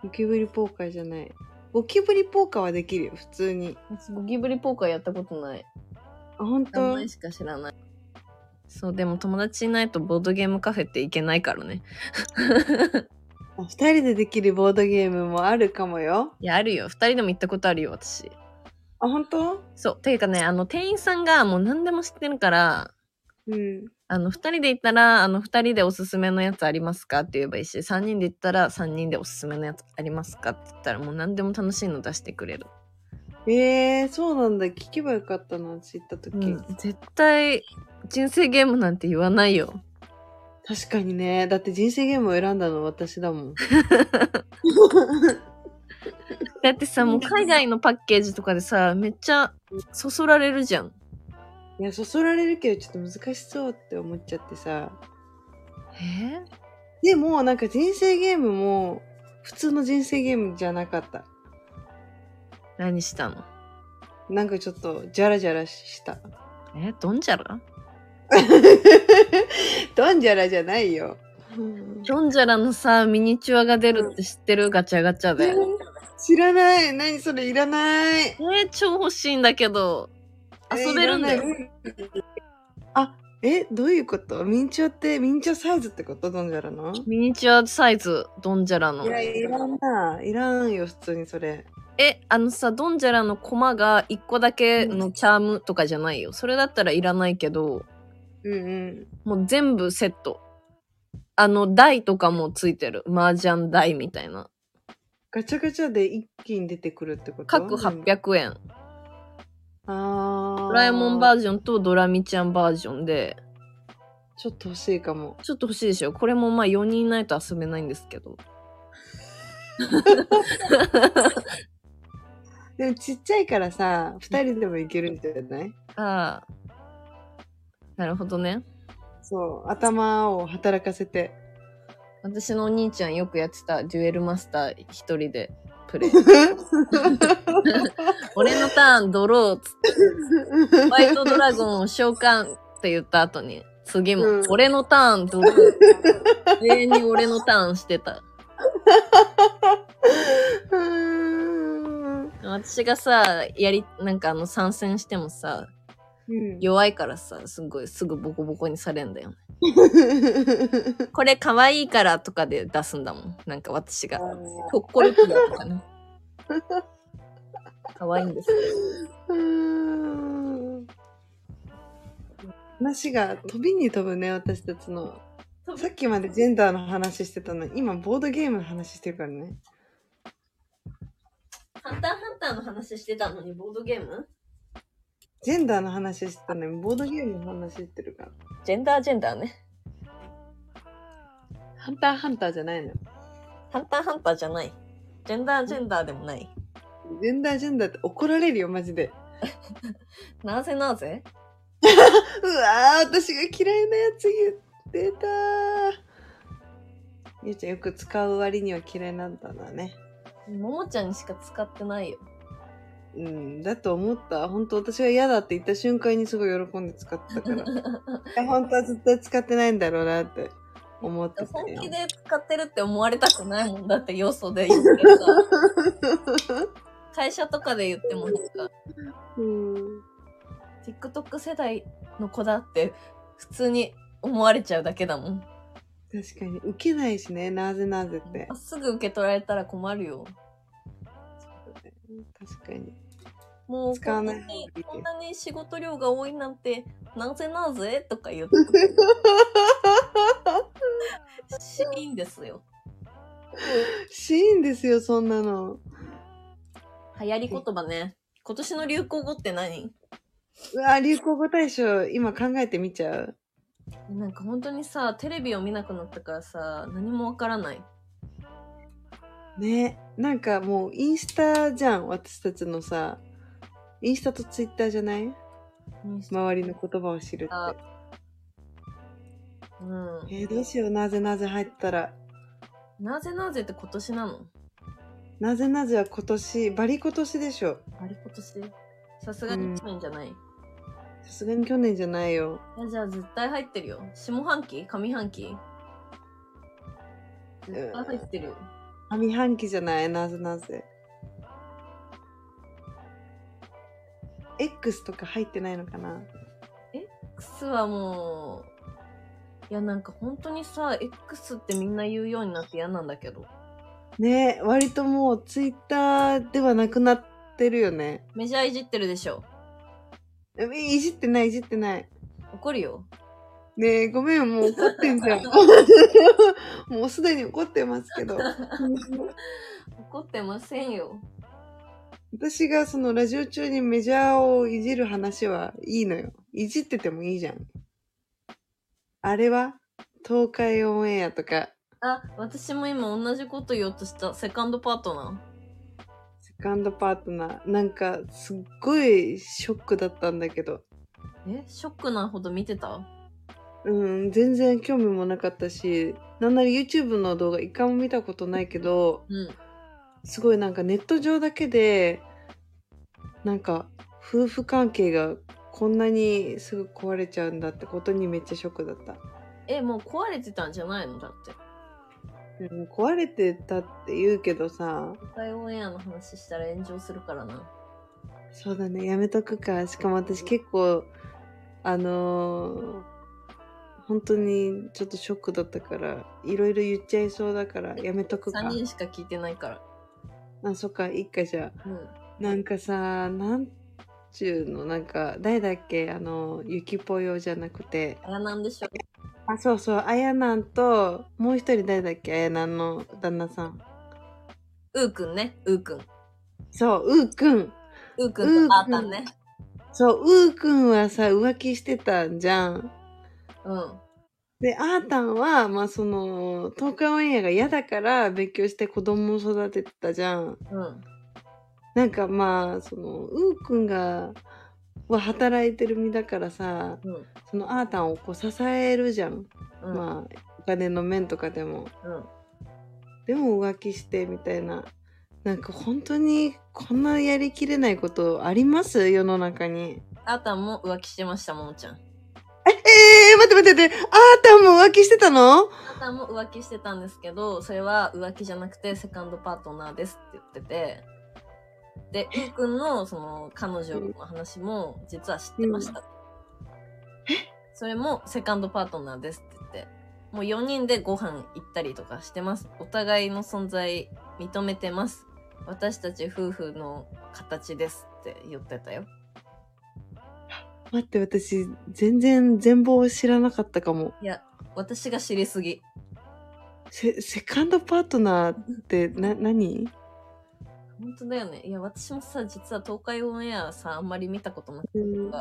ゴキブリポーカーじゃないゴキブリポーカーはできるよ普通に
ーゴキブリポーカーやったことない。
あ本
名
当
前しか知らない。そう、でも友達いないとボードゲームカフェって行けないからね。
あ二人でできるボードゲームもあるかもよ。
いや、あるよ。二人でも行ったことあるよ、私。
あ、本当
そう。ていうかね、あの、店員さんがもう何でも知ってるから、
うん。
あの、二人で行ったら、あの、二人でおすすめのやつありますかって言えばいいし、三人で行ったら、三人でおすすめのやつありますかって言ったら、もう何でも楽しいの出してくれる。
えー、そうなんだ。聞けばよかったな、私行った時。
うん、絶対、人生ゲームなんて言わないよ。
確かにね。だって人生ゲームを選んだの私だもん。
だってさ、もう海外のパッケージとかでさ、めっちゃそそられるじゃん。
いや、そそられるけど、ちょっと難しそうって思っちゃってさ。
えー
でも、なんか人生ゲームも、普通の人生ゲームじゃなかった。
何したの
なんかちょっと、ジャラジャラした。
えードンジャラ
ドンジャラじゃないよ。
ドンジャラのさ、ミニチュアが出るって知ってるガチャガチャで。
知らない。何それいらない。
えー超欲しいんだけど、遊べるんだ
え
よ。
ーいらないあ、え、どういうことミンチョって、ミンチョサイズってことドンジャラの
ミニチュアサイズ、ドンジャラの
い。や、いらんな。いらんよ、普通にそれ。
え、あのさ、ドンジャラのコマが1個だけのチャームとかじゃないよ。それだったらいらないけど、
うんうん。
もう全部セット。あの、台とかもついてる。麻雀台みたいな。
ガチャガチャで一気に出てくるってこと
各800円。
あー。
ドラえもんバージョンとドラミちゃんバージョンで、
ちょっと欲しいかも。
ちょっと欲しいでしょ。これもまあ4人いないと遊べないんですけど。
でもちっちゃいからさ、二人でもいけるんじゃない
ああ。なるほどね。
そう、頭を働かせて。
私のお兄ちゃんよくやってたデュエルマスター一人でプ レイ。俺のターンドローっつって、ホワイトドラゴンを召喚って言った後に、次も、
うん
俺のターンドロー。 永遠に俺のターンしてた。
うーん
私がさ、やり、なんかあの参戦してもさ、
うん
弱いからさ、すごい、すぐボコボコにされんだよね。これ可愛いからとかで出すんだもん。なんか私が。ほっこりピアとかね。可愛いんですよ。
うーん話が飛びに飛ぶね私たちの
飛ぶ
さっきまでジェンダーの話してたのに今ボードゲームの話してるからね
ハンターハンターの話してたのにボードゲーム
ジェンダーの話してたのにボードゲームの話してるから
ジェンダージェンダーね。
ハンターハンターじゃないの
ハンターハンターじゃない。ジェンダージェンダーでもない。
ジェンダージェンダーって怒られるよマジで
なぜなぜ
うわー私が嫌いなやつ言ってたゆうちゃんよく使う割には嫌いなんだなね
ももちゃんにしか使ってないよ。
うん、だと思った。本当私が嫌だって言った瞬間にすごい喜んで使ってたから。いや、本当は絶対使ってないんだろうなって思ってた
本
よ
気。で使ってるって思われたくないもんだって要素で言ってるさ。会社とかで言ってもなんか、
うん、
TikTok 世代の子だって普通に思われちゃうだけだもん。
確かに。受けないしね、なぜなぜって
ま。っすぐ受け取られたら困るよ。
確かに。
もう
使わ
こん
な
ないに
方がいいよ
こんなに仕事量が多いなんてなぜなぜとか言 ってくるシーンですよ。
シーンですよ、そんなの。
流行り言葉ね。今年の流行語って何
うわ、流行語大賞、今考えてみちゃう。
なんか本当にさテレビを見なくなったからさ何もわからない。
ね。なんかもう、インスタじゃん、私たちのさ。インスタとツイッターじゃない周りの言葉を知るって。
うん、
えーどうしよう、なぜなぜ入ったら。
なぜなぜって今年なの
なぜなぜは今年、バリ今年でしょ。
あれ今年さすがに去年じゃない。
さすがに去年じゃないよ。
いやじゃあ絶対入ってるよ。下半期上半期絶対入ってるよ。
上半期じゃない、なぜなぜ。X とか入ってないのかな
X はもう、いやなんか本当にさ、X ってみんな言うようになって嫌なんだけど。
ね割ともうツイッターではなくなってるよね。
メジャーいじってるでしょ。
えいじってないいじってない。
怒るよ。
ねえ、ごめん、もう怒ってんじゃん。もうすでに怒ってますけど。
怒ってませんよ。
私がそのラジオ中にメジャーをいじる話はいいのよ。いじっててもいいじゃん。あれは東海オンエアとか、
あ、私も今同じこと言おうとした。セカンドパートナ
セカンドパートナー、なんかすっごいショックだったんだけど。
ー。えショックなほど見てた
うん、全然興味もなかったし、なんなら YouTube の動画一回も見たことないけど、
うん。
すごいなんかネット上だけでなんか夫婦関係がこんなにすぐ壊れちゃうんだってことにめっちゃショックだった、
え、もう壊れてたんじゃないのだって。
うん、壊れてたって言うけどさ
東海オンエアの話したら炎上するからな。
そうだねやめとくかしかも私結構あのー本当にちょっとショックだったからいろいろ言っちゃいそうだからやめとくか
3人しか聞いてないから。
あそっかいっかじゃあ
うん。
なんかさなんちゅうのなんか誰だっけあの雪ぽよじゃなくて
あれなんでしょう。
あ、そうそう、あやなんと、もう一人誰だっけあやなんの旦那さん。
うーくんね。うーくん。
そう、うーくん。
うーくんとあーたん
うー
ね。
そう、うーくんはさ、浮気してたんじゃん。
うん。
で、あーたんは、まあ、その、東海オンエアが嫌だから、別居して子供を育ててたじゃん。
うん。
なんかまあ、その、うーくんが、は働いてる身だからさ、
うん。
そのあーたんをこう支えるじゃん。
うん。
まあ、お金の面とかでも。
うん。
でも浮気してみたいななんか本当にこんなやりきれないことあります世の中に
あーたんも浮気してました、ももちゃん。
ええー、待って待って待ってあーたんも浮気してたの
あーたんも浮気してたんですけど、それは浮気じゃなくてセカンドパートナーですって言ってて。で、うーくんのその彼女の話も実は知ってました。それもセカンドパートナーですって言って。もう4人でご飯行ったりとかしてます。お互いの存在認めてます。私たち夫婦の形ですって言ってたよ。
待って私全然全貌を知らなかったかも
いや、私が知りすぎ。
セセカンドパートナーってな何
本当だよね。いや、私もさ、実は東海オンエアさ、あんまり見たことなくて、
うん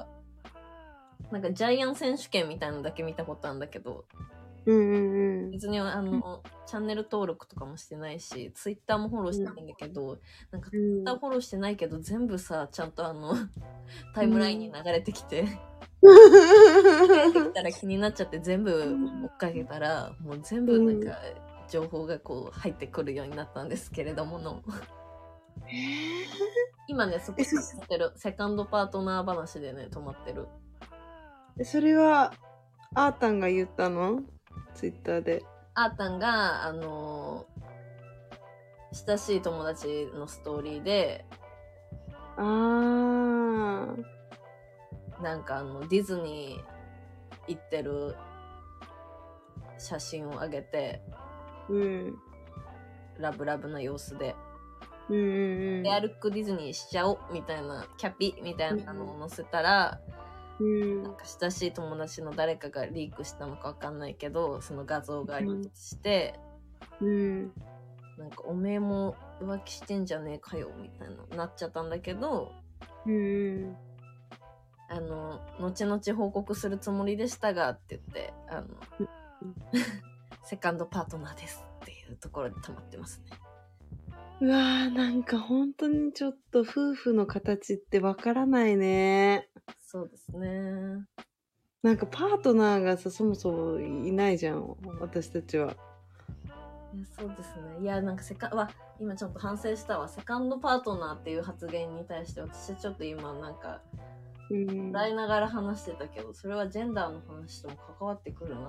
なんかジャイアン選手権みたいなのだけ見たことあるんだけど、
うんうんうん
別にあの、チャンネル登録とかもしてないし、ツイッターもフォローしてないんだけど、なんかツイッターフォローしてないけど、全部さ、ちゃんとあの、タイムラインに流れてきて、流れてきたら気になっちゃって全部追っかけたら、もう全部なんか、情報がこう入ってくるようになったんですけれどもの。今ね、そこ
え
で
そ
止まってる。セカンドパートナー話でね、止まってる。
え それはあーたんが言ったのツイッターで
あーたんが、あのー親しい友達のストーリーで、
あー
なんかあの、ディズニー行ってる写真をあげて、
うん
ラブラブな様子で、
うんうんうん
エアルックディズニーしちゃおうみたいな、キャピみたいなのを載せたら、
うん
なんか親しい友達の誰かがリークしたのかわかんないけど、その画像がリークして、
うん
なんかおめえも浮気してんじゃねえかよみたいななっちゃったんだけど、
うん
あの、後々報告するつもりでしたがって言って、あ
う
の
ん、
セカンドパートナーですっていうところで溜まってますね。
うわーなんか本当にちょっと夫婦の形ってわからないね
そうですね。
なんかパートナーがさそもそもいないじゃん私たちはい
やそうですね。いや、なんかセカン、わ、今ちょっと反省したわ。セカンドパートナーっていう発言に対して、私はちょっと今なんか、
うん
笑いながら話してたけど、それはジェンダーの話とも関わってくるな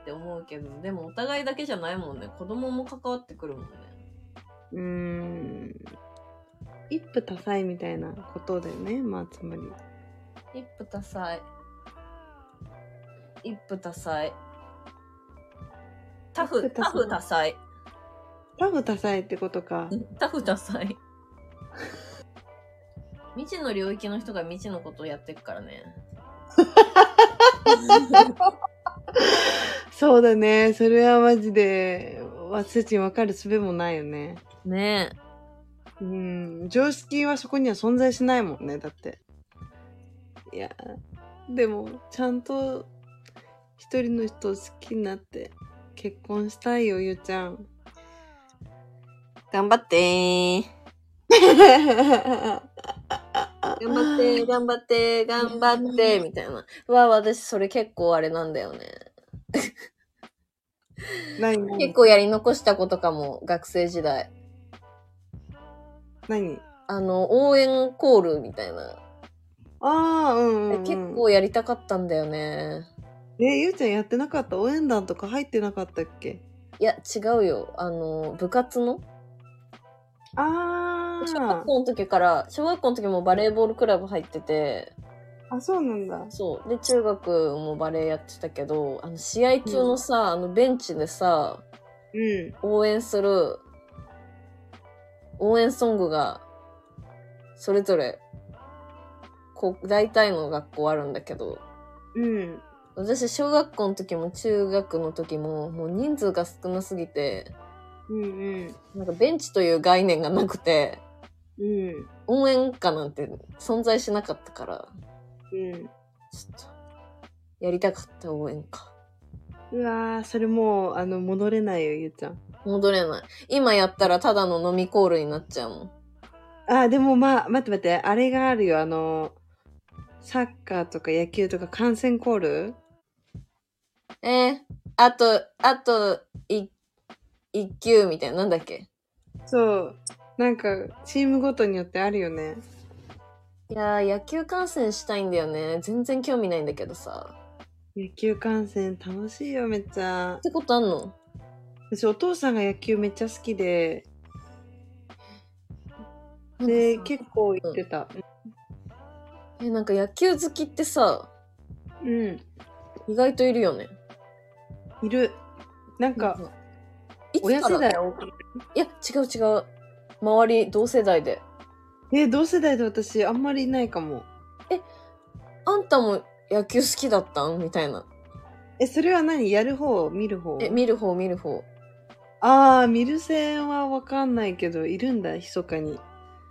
って思うけど、でもお互いだけじゃないもんね。子供も関わってくるもんね。
うん一夫多妻みたいなことだよねまあつまり
一夫多妻。一夫多妻。タフ、
一夫
タフ多
多
妻。
多分多彩ってことか。
タフ多妻。未知の領域の人が未知のことをやっていくからね。
そうだね。それはマジで、私たちに分かる術もないよね。
ね
うん。常識はそこには存在しないもんね。だって。いや、でも、ちゃんと、一人の人を好きになって、結婚したいよ、ゆうち ゃん。
え。頑張ってー。頑張 って、頑張って、頑張って、みたいな。うわ、私それ結構あれなんだよね。
何何
結構やり残したことかも、学生時代。
何
あの、応援コールみたいな。
ああ、うん、うん。
結。構やりたかったんだよね。
え、ゆうちゃんやってなかった応援団とか入ってなかったっけ
いや、違うよ。あの、部活の
あ
小学
あ。
校の時から、小学校の時もバレーボールクラブ入ってて、
あ、そうなんだ。
そう。で、中学もバレーやってたけど、あの、試合中のさ、あの、ベンチでさ、
うん。
応援する、応援ソングが、それぞれ、こう、大体の学校あるんだけど、
うん。
私、小学校の時も中学の時も、もう人数が少なすぎて、
うんうん。
なんかベンチという概念がなくて、
うん。
応援歌なんて存在しなかったから、
うん。
ちょっと、やりたかった応援歌。
うわー、それもう、あの、戻れないよ、ゆうちゃん。
戻れない。今やったらただの飲みコールになっちゃうもん。
あー、でもまあ、待って待って、あれがあるよ、あの、サッカーとか野球とか観戦コール
えー、あと、あと、い、一級みたいな、なんだっけ
そう。なんか、チームごとによってあるよね。
いやー、野球観戦したいんだよね。全然興味ないんだけどさ。
野球観戦楽しいよ、めっちゃ
っ。てことあんの
私、お父さんが野球めっちゃ好きで、
で、
で、結
結
構行ってた。
え、なんか野球好きってさ、
うん。
意外といるよね。
いる。なんか、、
いつから
親世代多く
いや、違う違う。周り、同世代で。
え、同世代で私、あんまりいないかも。
あんたも野球好きだったんみたいな。
え、それは何やる方見る方
え、見る方見る方。
ああ、見る線はわかんないけど、いるんだ、密かに。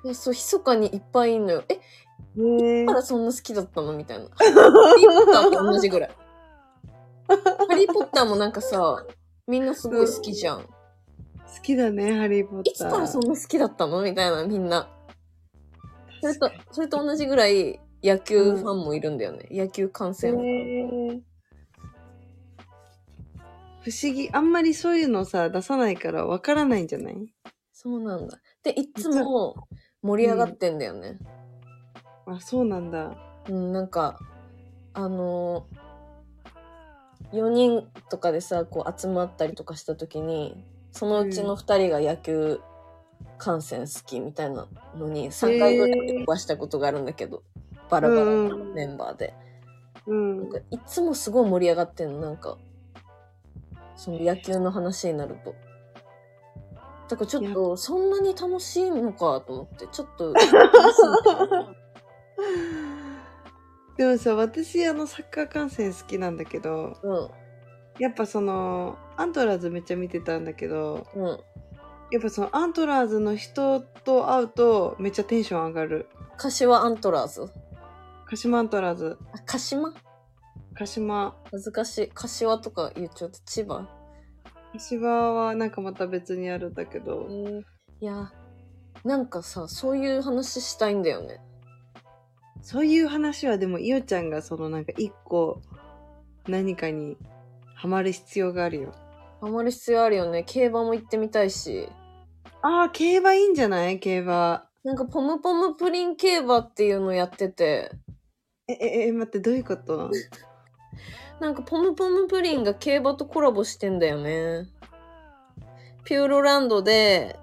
え、そう、密かにいっぱいいんのよ。え、
ねえ
だか。らそんな好きだったのみたい な。ハリー・ポッターと同じぐらい。 ハリー・ポッターもなんかさ、みんなすごい好きじゃん。
好きだね、ハリー・ポッター。
いつからそんな好きだったのみたいな、みんな。それ
確
と
かに、
それと同じぐらい野球ファンもいるんだよね。野球観戦。
ねえ不思議。あんまりそういうのさ、出さないからわからないんじゃない
そうなんだ。で、いつも盛り上がってんだよね。
あ、そうなんだ。
うん、なんか、あのー、4人とかでさ、こう集まったりとかした時に、そのうちの2人が野球観戦好きみたいなのに、3回ぐらい
へー
壊したことがあるんだけど、バラバラの
うんうん
メンバーで。
うん。
なんかいつもすごい盛り上がってんの、なんか。その野球の話になると。だからちょっと、そんなに楽しいのかと思って、ちょっ と、楽しいな
でもさ、私、あの、サッカー観戦好きなんだけど、
うん、
やっぱその、アントラーズめっちゃ見てたんだけど、
うん。
やっぱそのアントラーズの人と会うとめっちゃテンション上がる。
柏アントラーズ。
鹿島アントラーズ、
あ、鹿島
鹿島、
恥ずかしい。柏とか言っちゃった。千葉。
鹿島はなんかまた別にあるんだけど、
いや、なんかさ、そういう話したいんだよね。
そういう話はでも、いおちゃんがそのなんか一個何かにハマる必要があるよ。
あまり必要あるよね。競馬も行ってみたいし。
ああ、競馬いいんじゃない競馬。
なんか、ポムポムプリン競馬っていうのやってて、
え、え、え、待って、どういうこと
なんか、ポムポムプリンが競馬とコラボしてんだよね。ピューロランドで、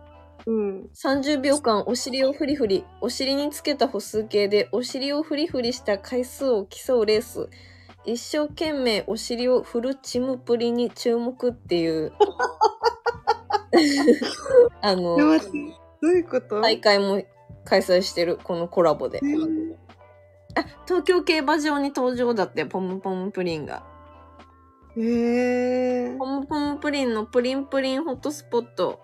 うん。
30秒間お尻をフリフリ、お尻につけた歩数計でお尻をフリフリした回数を競うレース。一生懸命お尻を振るチムプリに注目っていうあの
え待ってどういうこと、
大会も開催してるこのコラボで、
えー
あ東京競馬場に登場だってポムポムプリンが
へえ
ポムポムプリンのプリンプリンホットスポット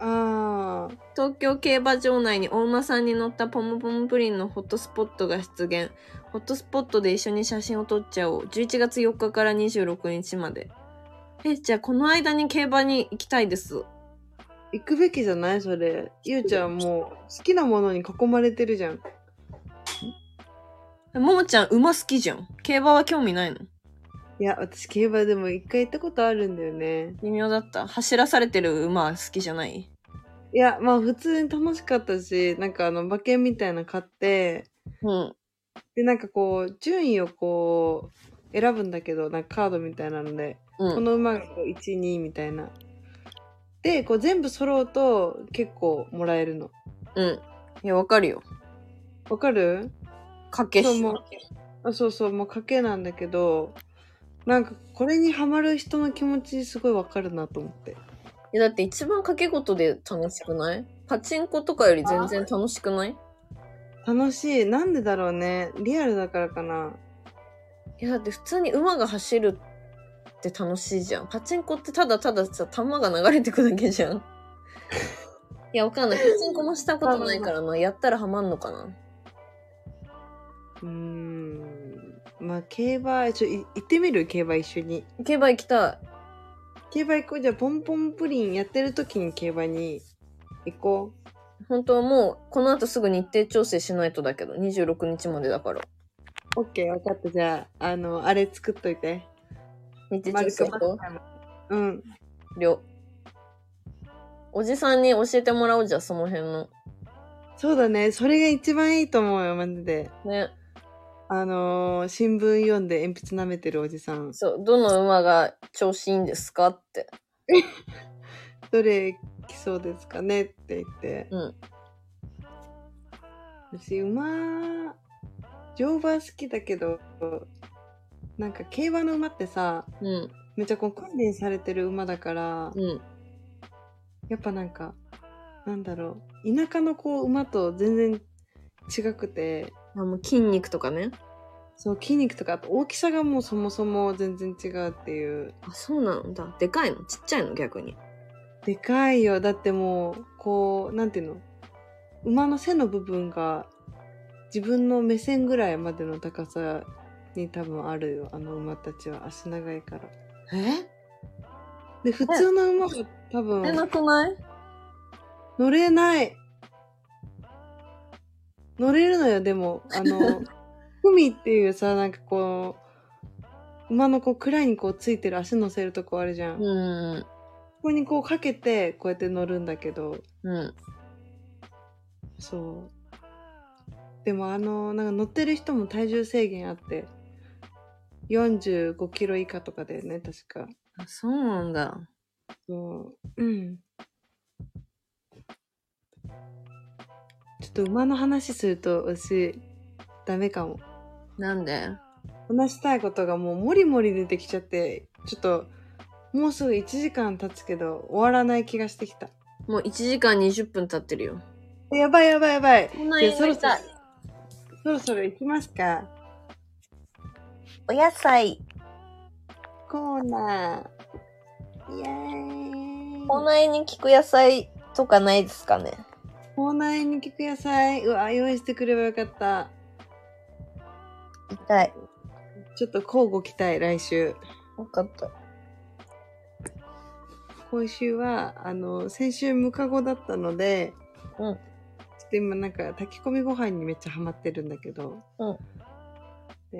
あー
東京競馬場内にお馬さんに乗ったポムポムプリンのホットスポットが出現ホットスポットで一緒に写真を撮っちゃおう11月4日から26日までえじゃあこの間に競馬に行きたいです
行くべきじゃないそれゆうちゃんもう好きなものに囲まれてるじゃん
ももちゃん馬好きじゃん競馬は興味ないの
いや私競馬でも一回行ったことあるんだよね
微妙だった走らされてる馬好きじゃない
いやまあ普通に楽しかったしなんかあの馬券みたいなの買って
うん
でなんかこう順位をこう選ぶんだけどなんかカードみたいなので
う
こ
ん
の馬が12みたいなでこう全部揃うと結構もらえるの
うんいやわかるよ
わかる
かけ
そう
し
もうあそうそうもう賭けなんだけどなんかこれにハマる人の気持ちすごいわかるなと思って
いやだって一番賭け事で楽しくないパチンコとかより全然楽しくない
楽しいなんでだろうねリアルだからかない
やだって普通に馬が走るって楽しいじゃんパチンコってただたださ弾が流れてくだけじゃんいやわかんないパチンコもしたことないからなやったらハマんのかな
うーんまあ競馬ちょい行ってみる競馬一緒に
競馬行きたい
競馬行こうじゃあポンポンプリンやってる時に競馬に行こう
本当はもうこの後すぐ日程調整しないとだけど26日までだから
オッケー分かったじゃああのあれ作っといて
日程
マ
調
ル
整
ク
と
うん
了おじさんに教えてもらおうじゃあその辺の
そうだねそれが一番いいと思うよマジで
ね
あのー新聞読んで鉛筆舐めてるおじさん
そうどの馬が調子いいんですかって
どれ来そうですかねって言って
うん
私馬乗馬好きだけどなんか競馬の馬ってさ
うん
めっちゃこう訓練されてる馬だから
うん
やっぱなんかなんだろう田舎のこう馬と全然違くて
あもう筋肉とかね
そう筋肉とかあと大きさがもうそもそも全然違うっていう
あそうなんだでかいのちっちゃいの逆に
でかいよだってもうこうなんていうの馬の背の部分が自分の目線ぐらいまでの高さに多分あるよあの馬たちは足長いから
え
で普通の馬は多
えな
分
くない
乗れない乗れるのよでもあのフミっていうさなんかこう馬のこう蔵にこうついてる足乗せるとこあるじゃん、こ
うん
こにこうかけてこうやって乗るんだけど
うん
そう。でもあの、なんか乗ってる人も体重制限あって、45キロ以下とかだよね、確か。
あそうなんだ
そう。うん。ちょっと馬の話すると私、ダメかも。
なんで
話したいことがもうもりもり出てきちゃって、ちょっと、もうすぐ1時間経つけど、終わらない気がしてきた。
もう1時間20分経ってるよ
やばいやばいやばい。
こんな
じゃ
に
あそろそろ
痛い、
そろそろ行きますか。
お野菜
コーナー。イエーイ。
こないに効く野菜とかないですかね
コーナーに聞く野菜。うわ、用意してくればよかった。
痛い
ちょっと交互期待、来週。
分かった
今週は、あの、先週ムカゴだったので、
うん
ちょっと今なんか炊き込みご飯にめっちゃハマってるんだけど、
うん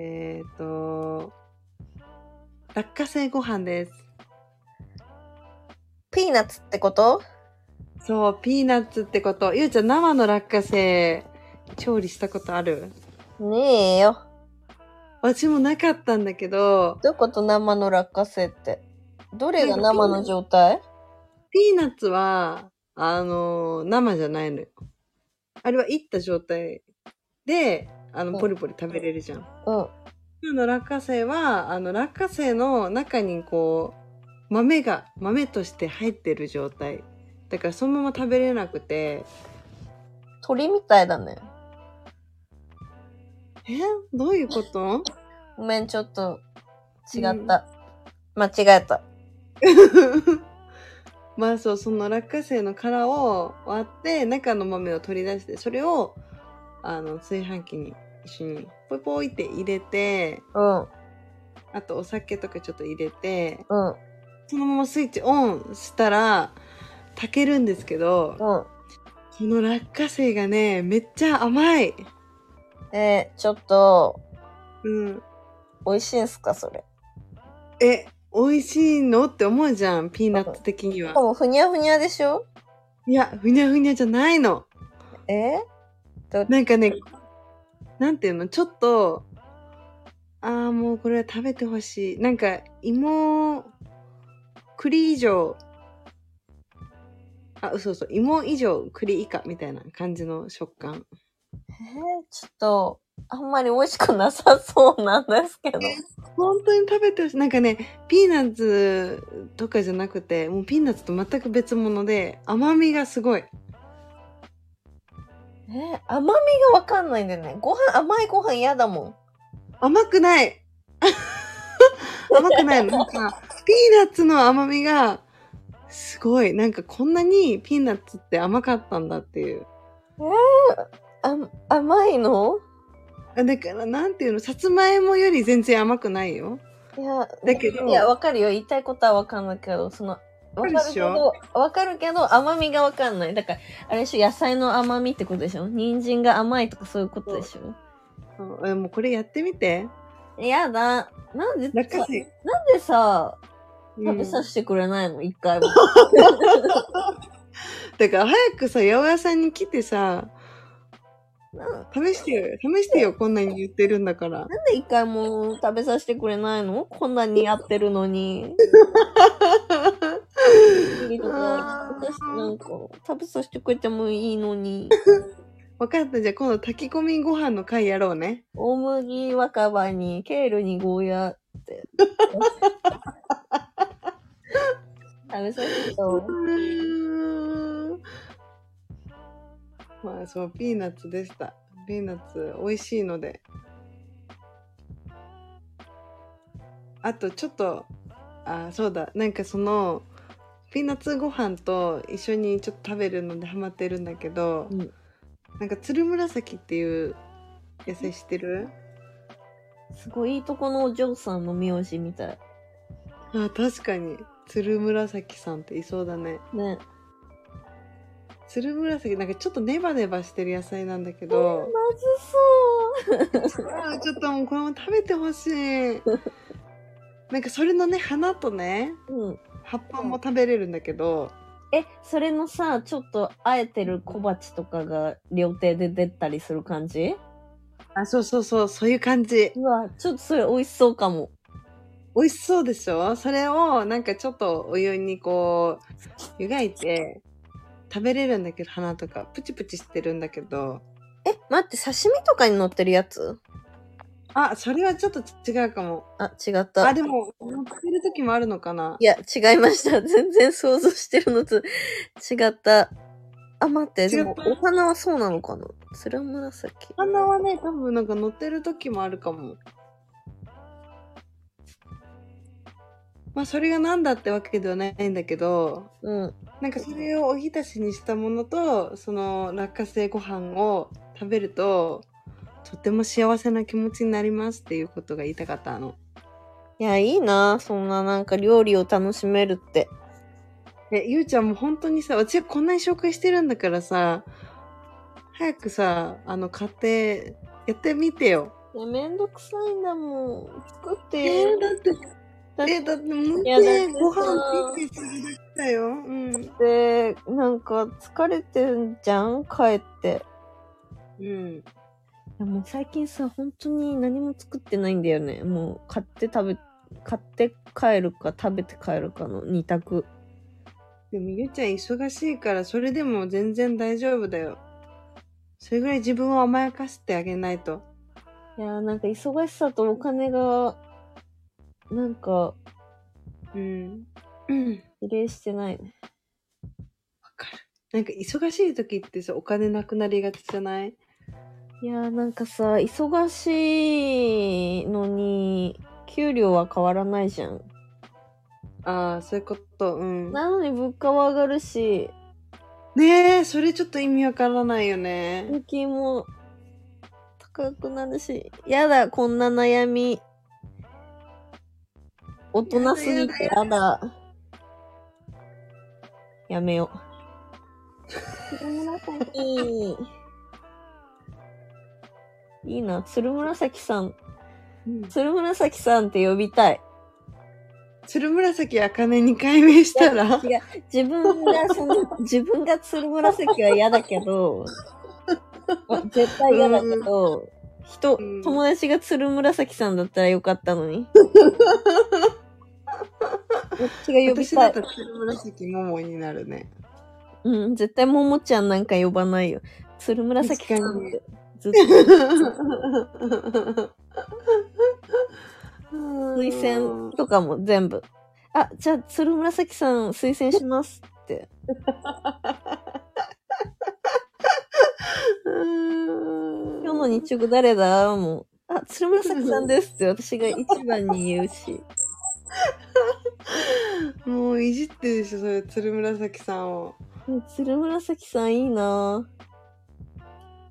えっ、と、落花生ご飯です。
ピーナッツってこと
そう、ピーナッツってこと。ゆうちゃん、生の落花生、調理したことある
ねえよ
私もなかったんだけど、
どういうこと生の落花生ってどれ
が生の
状態
ピーナッツは、あのー生じゃないのよ。あれは炒った状態で、あ
うん
の、ポリポリ食べれるじゃん。
うん
中の落花生は、あの、落花生の中にこう、豆が、豆として入ってる状態。だからそのまま食べれなくて、
鳥みたいだね。
えどういうこと
ごめん、ちょっと、違った。間違えた。
まあそうその落花生の殻を割って中の豆を取り出してそれをあの炊飯器に一緒にポイポイって入れて
うん、
あとお酒とかちょっと入れて
うん、うん。
そのままスイッチオンしたら炊けるんですけどこの落花生がねめっちゃ甘い
えー、ちょっと、
うん
美味しいんすか、それ。
え美味しいのって思うじゃんピーナッツ的には
でも、ふにゃふにゃでしょ
いやふにゃふにゃじゃないの
えー
なんかね、なんていうの、ちょっと、ああ、もうこれは食べてほしい。なんか、芋、栗以上、あ、嘘そう、芋以上、栗以下みたいな感じの食感。
えー、ちょっと、あんまり美味しくなさそうなんですけど。
本当に食べてほしい。なんかね、ピーナッツとかじゃなくて、もうピーナッツと全く別物で、甘みがすごい。
えー、甘みがわかんないんだよね。ご飯、甘いご飯嫌だもん。
甘くない 甘くないのなんか、ピーナッツの甘みが、すごい。なんかこんなにピーナッツって甘かったんだっていう。
あ甘いの
あだから、なんていうの、さつまいもより全然甘くないよ。
いや、
だけど
いや、わかるよ。言いたいことはわかんないけど、その、わ
か
か
る
る
で
け
し
ど
ょ、
わかるけど、甘みがわかんない。だから、あれでしょ、野菜の甘みってことでしょ人参が甘いとかそういうことでしょ
あえもうこれやってみて。
やだ。なんで、なん
落花
で
生。
さ、
う
食
ん、
べ
だ
させてくれないの一回も。
から早くさ、八百屋さんに来てさ、
な
試してよ、試してよ、こんなに言ってるんだから。
なんで一回も食べさせてくれないのこんなにやってるのに。いいのか
あー
私なんか食べさせてくれてもいいのに
分かった、じゃあ今度炊き込みご飯の回やろうね。
大麦若葉にケールにゴーヤって食べさせてよ
まあそうピーナッツでしたピーナッツ美味しいのであとちょっとあそうだなんかそのピーナッツご飯と一緒にちょっと食べるのでハマってるんだけど、
うん
なんかつるむらさきっていう野菜知ってる、
すごいいいとこのお嬢さんの名字みたい
あ確かにつるむらさきさんっていそうだね
ね
つるむらさきなんかちょっとネバネバしてる野菜なんだけど、
まずそう
あーちょっともうこれも食べてほし い。なんかそれのね花とね
うん、
葉っぱも食べれるんだけど、
えそれのさちょっとあえてる小鉢とかが料亭で出たりする感じ
あそうそうそうそういう感じ
うわちょっとそれ美味しそうかも
美味しそうでしょそれをなんかちょっとお湯にこう湯がいて食べれるんだけど花とかプチプチしてるんだけど
え待って刺身とかに乗ってるやつ
あそれはちょっと違うかも
あ違った
あでも乗ってる時もあるのかない
や、違いました。 全然想像してるのと 違った。あ、待って、でも
違った
お花はそうなのかなつるむらさき。
花はね多分なんか乗ってる時もあるかもまあそれが何だってわけではないんだけど
うん。
なんかそれをおひたしにしたものとその落花生ご飯を食べるととても幸せな気持ちになりますっていうことが言いたかったの
いや、いいな。そんななんか料理を楽しめるって。
えゆうちゃんも本当にさ私はこんなに紹介してるんだからさ早くさあの買ってやってみてよ
いや、めんどくさいんだもん。作っ
え
て。
だって
だっ
え、だって、もう
いやだって
ね、
さ
ご飯ピッてすぎだよ。うん。
て、なんか疲れてんじゃん帰って。
うん。
いや、もう最近さ、本当に何も作ってないんだよね。もう買って食べ、買って帰るか食べて帰るかの二択。
でも、ゆうちゃん忙しいから、それでも全然大丈夫だよ。それぐらい自分を甘やかしてあげないと。
いやーなんか忙しさとお金がなんか
うん。うん。
比例してないね。
わかる。なんか忙しい時ってさ、お金なくなりがちじゃない
いやーなんかさ忙しいのに給料は変わらないじゃん。
ああ、そういうこと。うん。
なのに物価は上がるし
ねえ、それちょっと意味わからないよね。
税金も高くなるしやだこんな悩み大人すぎてやだやめよう鶴紫いいな鶴紫さん
うん
鶴紫さんって呼びたい
鶴紫あかねに改名した ら
いや自分が その自分がつるむらせきは嫌だけど、ま絶対嫌だけど、人、
うん
友達がつるむらさきさんだったらよかったの に。こっちが呼び
私だ
た
っ
い
た。ら鶴紫ももになるね。
うん、絶対ももちゃんなんか呼ばないよ。つるむらさきさんって。ずっと推
薦
薦とかも全部。あ、じゃあ、つるむらさきさん推薦しますって。今日の日直誰だもう。あ、つるむらさきさんですって私が一番に言うし。
もういじってるでしょ、それ鶴紫さんを。
うん鶴紫さんいいなぁ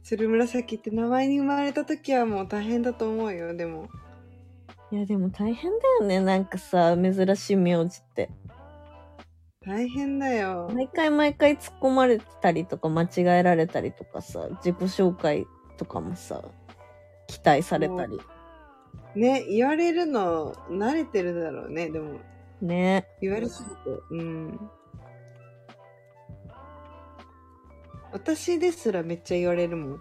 鶴紫って名前に生まれた時はもう大変だと思うよ、でも。
いやでも大変だよねなんかさ珍しい名字って
大変だよ。
毎回毎回突っ込まれたりとか間違えられたりとかさ自己紹介とかもさ期待されたり
ね、言われるの慣れてるだろうね、でも。
ね
言われすぎて。うん。私ですらめっちゃ言われるもん。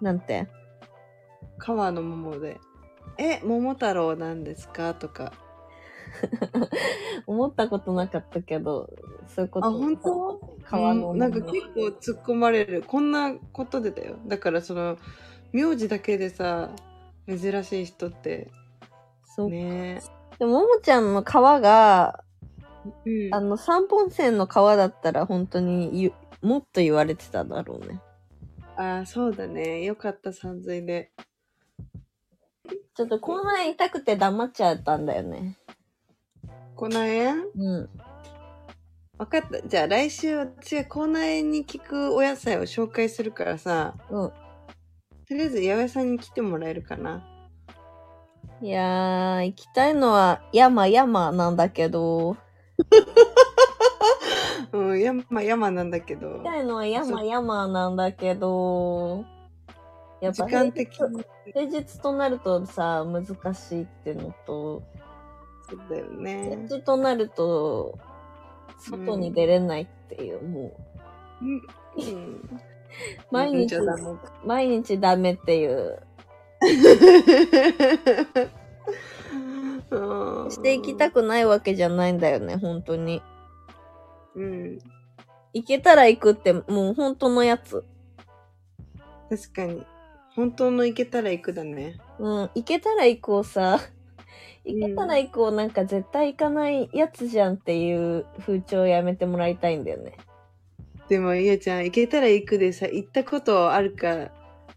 なんて
川の桃で。え、桃太郎なんですかとか。
思ったことなかったけどそういうこと
あ、本当
川の、
うんなんか結構突っ込まれる。こんなことでだよ。だからその、名字だけでさ、珍しい人って。
そう
ね
でもももちゃんの川が
うん
あの三本線の川だったら本当にゆもっと言われてただろうね
ああ、そうだね。よかった、山水で。
ちょっとこの前痛くて黙っちゃったんだよね
この園
うん。
わかった。じゃあ来週私が口内炎に効くお野菜を紹介するからさ、
うん
とりあえず八百屋さんに来てもらえるかな。
いやー、行きたいのは山山なんだけど、
うん、山、山なんだけど
行き、たいのは山山なんだけど、やっ
時
ぱ
間的
平
に
日平日となるとさ、難しいってのと、
そうだよね
平。日となると、外に出れないっていう、も
うん、
う、毎
見
日
ちゃ、ダメ
毎日ダメっていう、
うん
して行きたくないわけじゃないんだよね、本当に。
うん、
行けたら行くって、もう本当のやつ。
確かに。本当の行けたら行くだね。
うん、行けたら行こうさ。 行けたら行こう、なんか絶対行かないやつじゃんっていう風潮やめてもらいたいんだよね。
でも、ゆうちゃん、行けたら行くでさ、行ったことあるか、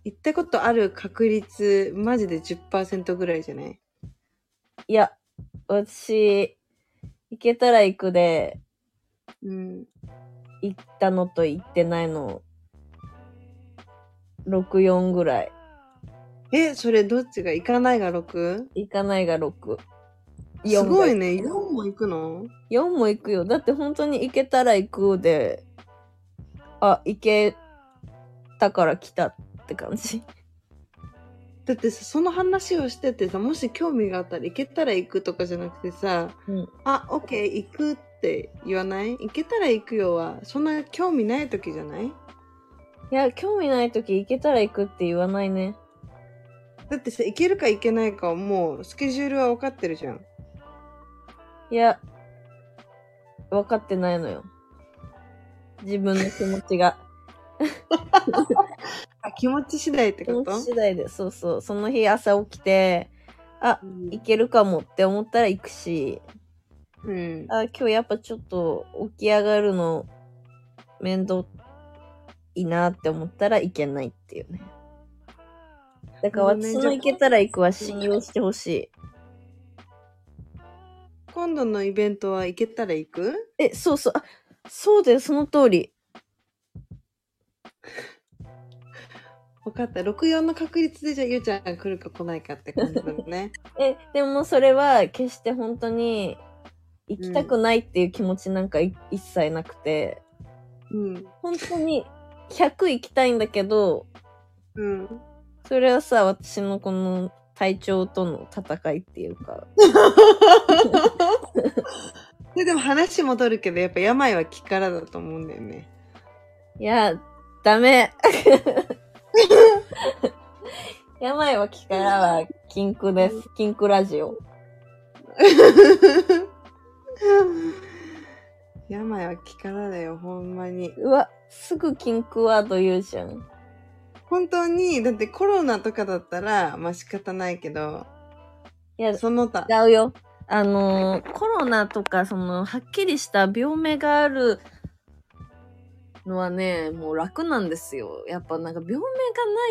行ったことある確率、マジで10%ぐらいじゃない
いや、私、行けたら行くで、
うん。
行ったのと行ってないの、6、4ぐらい。
え、それどっちが行かないが 6?
行かないが6。
すごい
ね。
ね。4も行くの
4も行くよ。だって本当に行けたら行くで、あ、行けたから来たって感じ。
だってさ、その話をしててさ、もし興味があったら行けたら行くとかじゃなくてさ、
うん
あ、オッケー行くって言わない行けたら行くよは、そんな興味ない時じゃない
いや、興味ないとき行けたら行くって言わないね。
だってさ、行けるか行けないかはもうスケジュールは分かってるじゃん。
いや、分かってないのよ。自分の気持ちが。
あ、気持ち次第って
気
こ
持
と
ち次第でそうそうその日朝起きてあ
うん
行けるかもって思ったら行くし
うん。
あ今日やっぱちょっと起き上がるの面倒いいなって思ったらいけないっていうねだから
もうね
私
じゃ
の
あ
行けたら行くは信用してほしい
今度のイベントは行けたら行く
えそうそうあそうだよその通り
分かった。64の確率でじゃあゆうちゃんが来るか来ないかって感じだ ね。
えでもそれは決して本当に行きたくないっていう気持ちなんかい一切なくて
うん。
本当に100行きたいんだけど
うん。
それはさ私のこの体調との戦いっていうか
ででも話戻るけど、やっぱ病は気からだと思うんだよね。
いやダ メ病は気からは禁句です禁句ラジオ
病は気からだよ、ほんまに。
うわすぐ禁句ワード言うじゃん
本当に、だってコロナとかだったら、まあ仕方ないけど、
いや
その他。
違うよ。あのーコロナとか、その、はっきりした病名があるのはね、もう楽なんですよ。やっぱなんか病名がな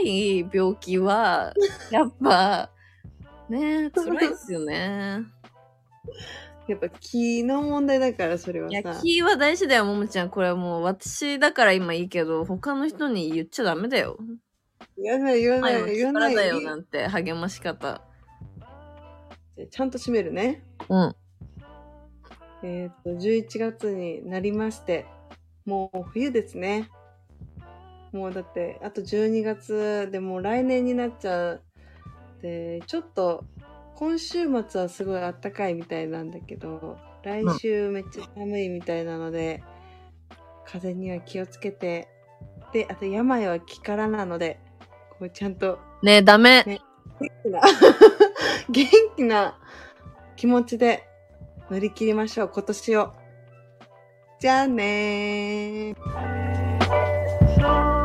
い病 気は、やっぱ、ね、辛いですよ ね。
やっぱ気の問題だから、それはい
や、
さ。
気は大事だよ、ももちゃん。これはもう私だから今いいけど、他の人に言っちゃダメだよ。
言わない、言わな
前も
い、言わ
力
ない。
だよなんて励まし方。
ちゃんと閉めるね。
うん。
えっ、と、11月になりまして、もう冬ですね。もうだって、あと12月でもう来年になっちゃう。で、ちょっと、今週末はすごいあったかいみたいなんだけど、来週めっちゃ寒いみたいなので、風には気をつけて、で、あと病は気からなので、こうちゃんと
ねえ、ダメ。
元気な 元気な気持ちで乗り切りましょう今年をじゃあねー